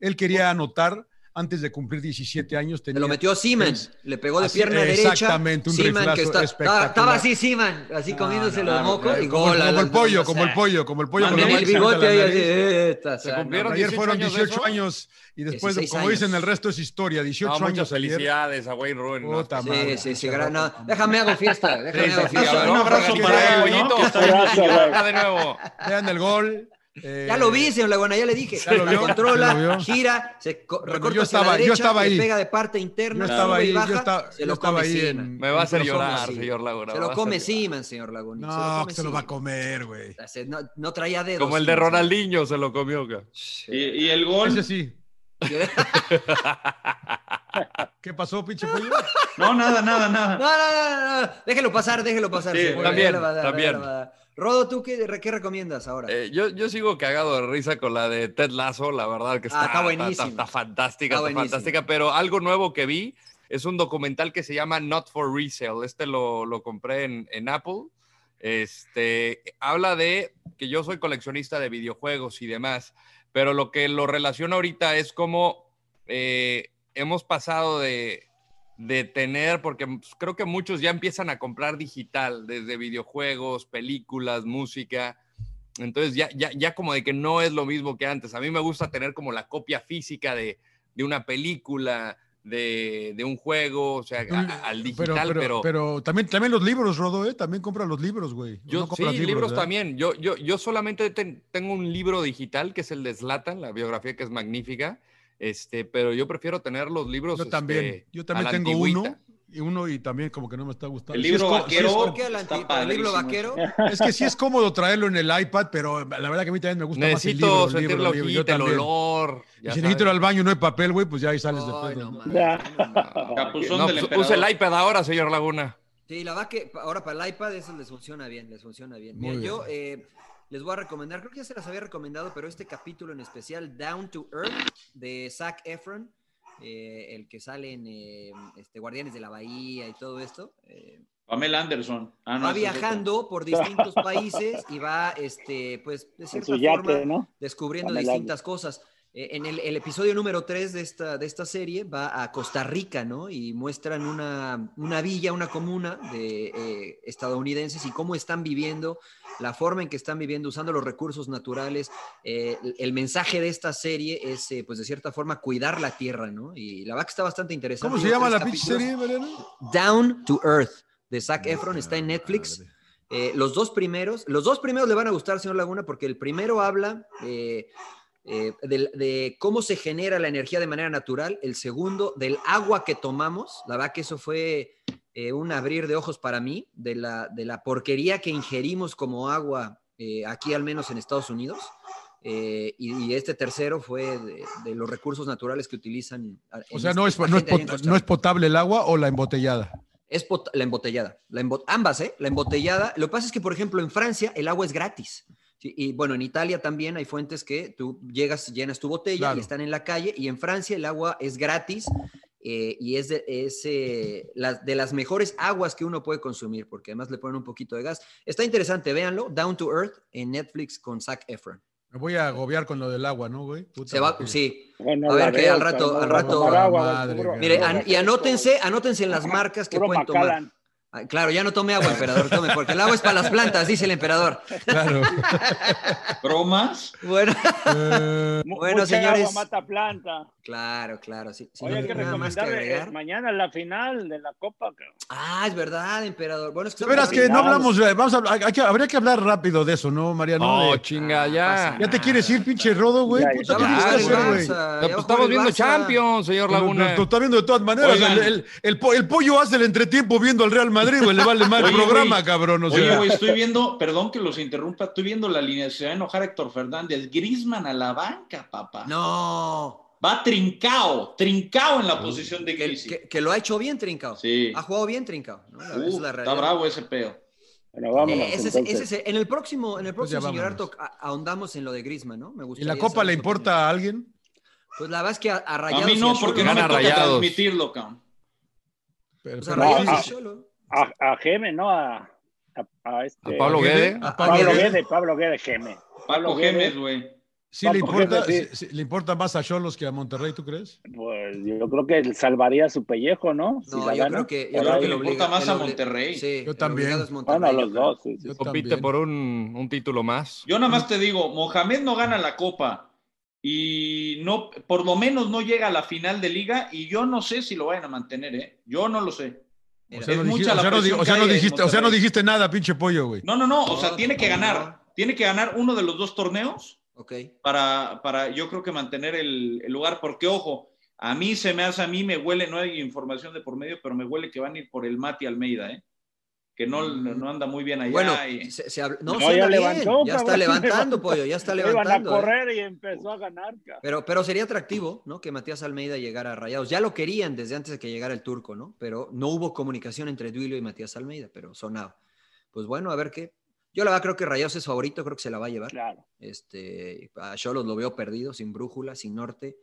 Él quería anotar antes de cumplir 17 años.
Se lo metió Siman, le pegó de
Así-
pierna derecha.
exactamente, un
Seaman que
riflazo
está-
espectacular. Ah,
estaba, estaba así Siman, así comiéndose los mocos y
Como,
gol.
el-
a
como
las-
el pollo,
o sea,
como el pollo, como el pollo. con la
manden el
mancha
bigote
en la
ahí,
nariz.
así, eh, esta, Se o sea, cumplieron
Ayer
18
fueron
años de
18
eso.
años y después,
16
como
años.
dicen, el resto es historia. 18
No,
años
muchas
ayer.
felicidades a Wayne Rooney. ¿no?
Puta
Sí,
Sí,
madre.
sí, sí, gran- no, déjame hago fiesta, déjame
sí,
hago
sí,
fiesta.
cabrón, Un abrazo porque para tiene él, ¿no? pollito, Que está bien abrazo, güey. de nuevo.
Vean el gol. eh,
Ya lo vi, señor Laguna, ya le dije.
Ya lo vio,
La
ya lo
controla,
vio.
gira, se co-
Bueno,
recorta
yo
hacia la
estaba- yo
derecha,
estaba
le
ahí.
pega de parte interna,
Yo estaba
sube y
ahí, yo
baja,
estaba-
se
yo
lo
estaba
come
ahí en-
Seaman.
Me va a hacer
Se lo come
llorar,
Seaman.
señor Laguna,
Se
me va
lo
a
come
hacer llorar.
Seaman, señor Laguna.
No, que se lo va a
Seaman.
comer, güey.
O sea, No, no traía dedos.
Como el de
Seaman.
Ronaldinho se lo comió. ca.
Y, y el gol.
Ese sí. ¿Qué pasó, pinche pollo?
No, nada, nada, nada.
No, no, no, no, no, déjelo pasar, déjelo pasar.
Sí,
señor Laguna,
también,
ya le va a dar,
también.
ya le va a dar. Rodo, ¿tú qué, qué recomiendas ahora?
Eh, yo, yo sigo cagado de risa con la de Ted Lasso, la verdad que
Ah,
está,
está buenísima.
está
Está
fantástica, está
buenísima.
fantástica, pero algo nuevo que vi es un documental que se llama Not for Resale, este lo, lo compré en, en Apple, este, habla de que yo soy coleccionista de videojuegos y demás, pero lo que lo relaciona ahorita es cómo eh, hemos pasado de, de tener, porque pues, creo que muchos ya empiezan a comprar digital, desde videojuegos, películas, música. Entonces ya, ya, ya como de que no es lo mismo que antes. A mí me gusta tener como la copia física de, de una película, de, de un juego, o sea, a- a-
Pero,
al digital,
pero- pero también, también los libros, Rodo, ¿eh? También compra los libros, güey.
yo,
No
sí,
compras
libros,
¿verdad?
también. Yo, yo, yo solamente ten- tengo un libro digital que es el de Zlatan, la biografía que es magnífica. Este, pero yo prefiero tener los libros.
Yo también.
este,
yo
a
también
la
tengo
antigüita.
uno. Y uno y también como que no me está gustando.
El
Sí,
libro
es co-
vaquero.
sí, es co-
¿Por qué el,
Está
anti- el libro
padrísimo.
vaquero?
Es que sí es cómodo traerlo en el iPad, pero la verdad que a mí también me gusta
Necesito
más el
sentir
libro.
la
el libro, el libro. Yo
hojita, el
también.
olor.
Y
ya
si necesito ir
sabes.
al baño y no hay papel, güey, pues ya ahí sales después. ¿no?
No, pues, usa el iPad ahora, señor Laguna.
Sí, la verdad que pa- ahora para el iPad eso les funciona bien, les funciona bien.
Muy
Mira, yo eh, les voy a recomendar, creo que ya se las había recomendado, pero este capítulo en especial, Down to Earth, de Zac Efron, eh, el que sale en eh, este, Guardianes de la Bahía y todo esto, eh,
Pamela Anderson. Ah, no,
va
ese es otro.
viajando por distintos países y va, este, pues, de cierta
su yate,
forma,
¿no?
descubriendo
Pamela
distintas cosas. Eh, en el, el episodio número 3 de esta, de esta serie va a Costa Rica, ¿no? Y muestran una, una villa, una comuna de eh, estadounidenses y cómo están viviendo, la forma en que están viviendo, usando los recursos naturales. Eh, el, el mensaje de esta serie es, eh, pues, de cierta forma, cuidar la tierra, ¿no? Y la verdad que está bastante interesante.
¿Cómo se
Yo
llama
tres
la pinche
capítulos.
serie, Mariana?
Down to Earth de Zac Efron está en Netflix. Eh, los dos primeros, los dos primeros le van a gustar, señor Laguna, porque el primero habla eh, eh, del- de, cómo se genera la energía de manera natural, el segundo del agua que tomamos, la verdad que eso fue eh, un abrir de ojos para mí, de la, de la porquería que ingerimos como agua eh, aquí al menos en Estados Unidos. Eh, y, y este tercero fue de, de los recursos naturales que utilizan. ah,
O
en
sea,
este-
no es,
la
no, es
gente allá en
pot-
Costa
no es potable el agua o la embotellada.
es pot- la embotellada. La embo- ambas, ¿eh? La embotellada. Lo que pasa es que, por ejemplo, en Francia el agua es gratis. Sí, Y bueno, en Italia también hay fuentes que tú llegas, llenas tu botella
Claro.
y están en la calle. Y en Francia el agua es gratis eh, y es, de, es, eh, la- de las mejores aguas que uno puede consumir, porque además le ponen un poquito de gas. Está interesante, véanlo. Down to Earth en Netflix con Zac Efron.
Me voy a agobiar con lo del agua, ¿no, güey? Puta
Se va,
madre.
sí.
Bueno,
a
la
ver que
veo,
al rato,
cabrón,
al
va a
rato.
tomar agua, güey, Madre seguro. mía.
Mire, an- y anótense, anótense en las marcas que
Puro
pueden tomar.
Macallan.
Ah, Claro, ya no tome agua, emperador, tome, porque el agua es para las plantas, dice el emperador.
Claro.
¿Bromas?
Bueno,
Mu-
bueno
mucha agua
señores.
mata planta.
Claro, claro. Sí, sí,
Oye,
no
hay que
tengo nada más que
recomendar eh,
agregar.
mañana la final de la Copa. cabrón.
Ah, es verdad, emperador. Bueno, es que
De veras que no hablamos, eh, vamos a, hablar- hay que- habría que hablar rápido de eso, ¿no, Mariano?
No,
De-
chinga, ya.
ya te quieres ir, pinche rodo, güey.
Ya,
Puta,
ya
¿qué
va a
viniste a
jugar el
hacer, güey?
Barça, ya Pues va a estamos jugar el viendo Barça. Champions, señor
Pero,
Laguna.
pero, Lo está viendo de todas maneras.
Oigan.
El, el- el po- el pollo hace el entretiempo viendo al Real Madrid, güey. Le vale mal el
Oye,
programa,
güey.
cabrón. O sea.
Oye, güey, estoy viendo, perdón que los interrumpa, estoy viendo la línea, se va a enojar Héctor Fernández, Grisman a la banca, papá.
No.
Va trincao, trincao en la posición de Grisi.
Que, que lo ha hecho bien Trincao.
Sí.
Ah,
Ha jugado bien Trincao. ¿no? La-
Uh,
es la
está
realidad.
bravo ese peo.
Bueno,
Eh, ese es- ese es- en el próximo, en el
Entonces ya
próximo señor
vámonos.
Arto, a- ahondamos en lo de Griezmann, ¿no? Me
¿Y
gusta.
la copa le importa a alguien?
Pues la verdad es que a, a
A
Rayados.
mí
y
no,
Cholo,
porque no me toca
Rayados.
transmitirlo, cabrón.
Pero-
O sea,
pero-
Rayados y
Ah,
Cholo.
A, a Geme, ¿no? A, a, a este.
A Pablo Guede.
A
Pablo
Pablo
Guede.
Guede, Pablo Guede, Geme.
Paco
Pablo
Gemes, güey.
¿Sí le
Paco
importa,
Gémez, sí.
sí- sí, le importa más a Cholos que a Monterrey, tú crees?
Pues yo creo que salvaría su pellejo, ¿no? Si
No,
la
yo
gana.
creo que. Yo
Por
creo
ahí.
que
le
lo
importa
obliga-
más
el
a
obli-
Monterrey.
Sí,
Yo
el
también.
obligado es Monterrey,
Bueno,
yo
los
creo.
dos. sí, sí.
Yo
Compite
también.
por un, un título más.
Yo nada más te digo, Mohamed no gana la copa y no, por lo menos no llega a la final de liga y yo no sé si lo vayan a mantener, ¿eh? Yo no lo sé.
O
Mira,
sea,
es
no dijiste,
mucha
o
la
sea, no di-
presión
o sea,
que
no
hay en
dijiste, o sea, no
Monterrey.
dijiste nada, pinche pollo, güey.
No, no, no, o
No,
sea, tiene que
no.
ganar, tiene que ganar uno de los dos torneos
Ok.
para, para yo creo que mantener el, el lugar, porque ojo, a mí se me hace, a mí me huele, no hay información de por medio, pero me huele que van a ir por el Mati Almeida, ¿eh? Que no, no, no anda muy bien allá.
Mm. Bueno,
y-
se, se habla- no,
No,
sí anda
ya
bien,
levantó,
ya está
cabrón.
levantando, pollo, ya está
Lo Iban a
levantando. ¿eh?
correr y empezó a ganar. cabrón.
Pero, pero sería atractivo, ¿no? Que Matías Almeida llegara a Rayados. Ya lo querían desde antes de que llegara el turco, ¿no? Pero no hubo comunicación entre Duilio y Matías Almeida, pero sonaba. Pues bueno, a ver qué. Yo la verdad creo que Rayados es favorito, creo que se la va a llevar.
Claro.
Este, a Cholos lo veo perdido, sin brújula, sin norte.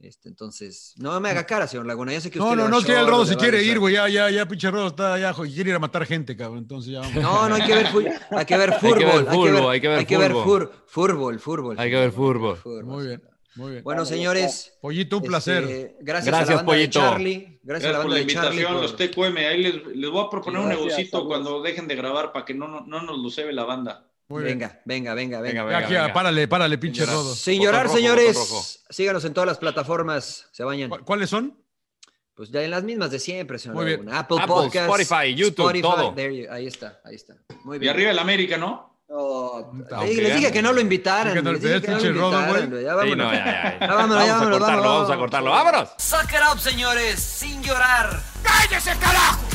Este, entonces, no me
Mm.
haga cara, señor Laguna. Ya sé que
No,
usted le
no,
va
no,
a
es que ya el
Cholos,
rodo
le
se
va
quiere
al-
ir, güey. Ya, ya, ya, pinche rodo está allá, jo- y quiere ir a matar gente, cabrón. Entonces ya vamos.
No, no hay que ver, fu- hay que ver
que ver
fútbol,
fútbol, hay que ver fútbol.
fur- fútbol, fútbol.
Hay que ver fútbol.
Muy bien, muy bien.
Bueno, señores,
Pollito, un
este,
placer.
gracias, a la banda
Gracias,
de
Pollito.
Charlie, gracias,
Gracias,
a la
por
banda
la
de Charlie.
invitación,
por-
los TQM. Ahí les, les voy a proponer un
Gracias,
negocito
saludos.
cuando dejen de grabar para que no, no, no nos lo cebe la banda.
Muy bien.
Venga, venga, venga, venga.
Venga,
Ya, aquí, ya, párale, párale, pinche
Señoras.
rodo.
Sin llorar,
Botón rojo,
señores.
botón rojo.
Síganos en todas las plataformas. Se bañan.
¿Cu- ¿Cuáles son?
Pues ya en las mismas de siempre, señor.
Muy bien.
Laguna. Apple,
Apple,
Podcast,
Spotify, YouTube, todo.
there you- ahí está, ahí está. Muy
Y
bien.
arriba el América, ¿no?
Oh,
Puta,
les dije
vean.
que no lo invitaran.
Sí, que no-
les dije
veas
que no lo
pinche rodo,
invitaran,
güey.
güey. Ya
Sí,
vámonos.
no, ya, ya,
Ya
ya.
vámonos,
vamos
ya
a
vámonos,
cortarlo,
vámonos.
vamos a cortarlo. ¡Vámonos!
Suck it up, señores, sin llorar.
¡Cállese, carajo!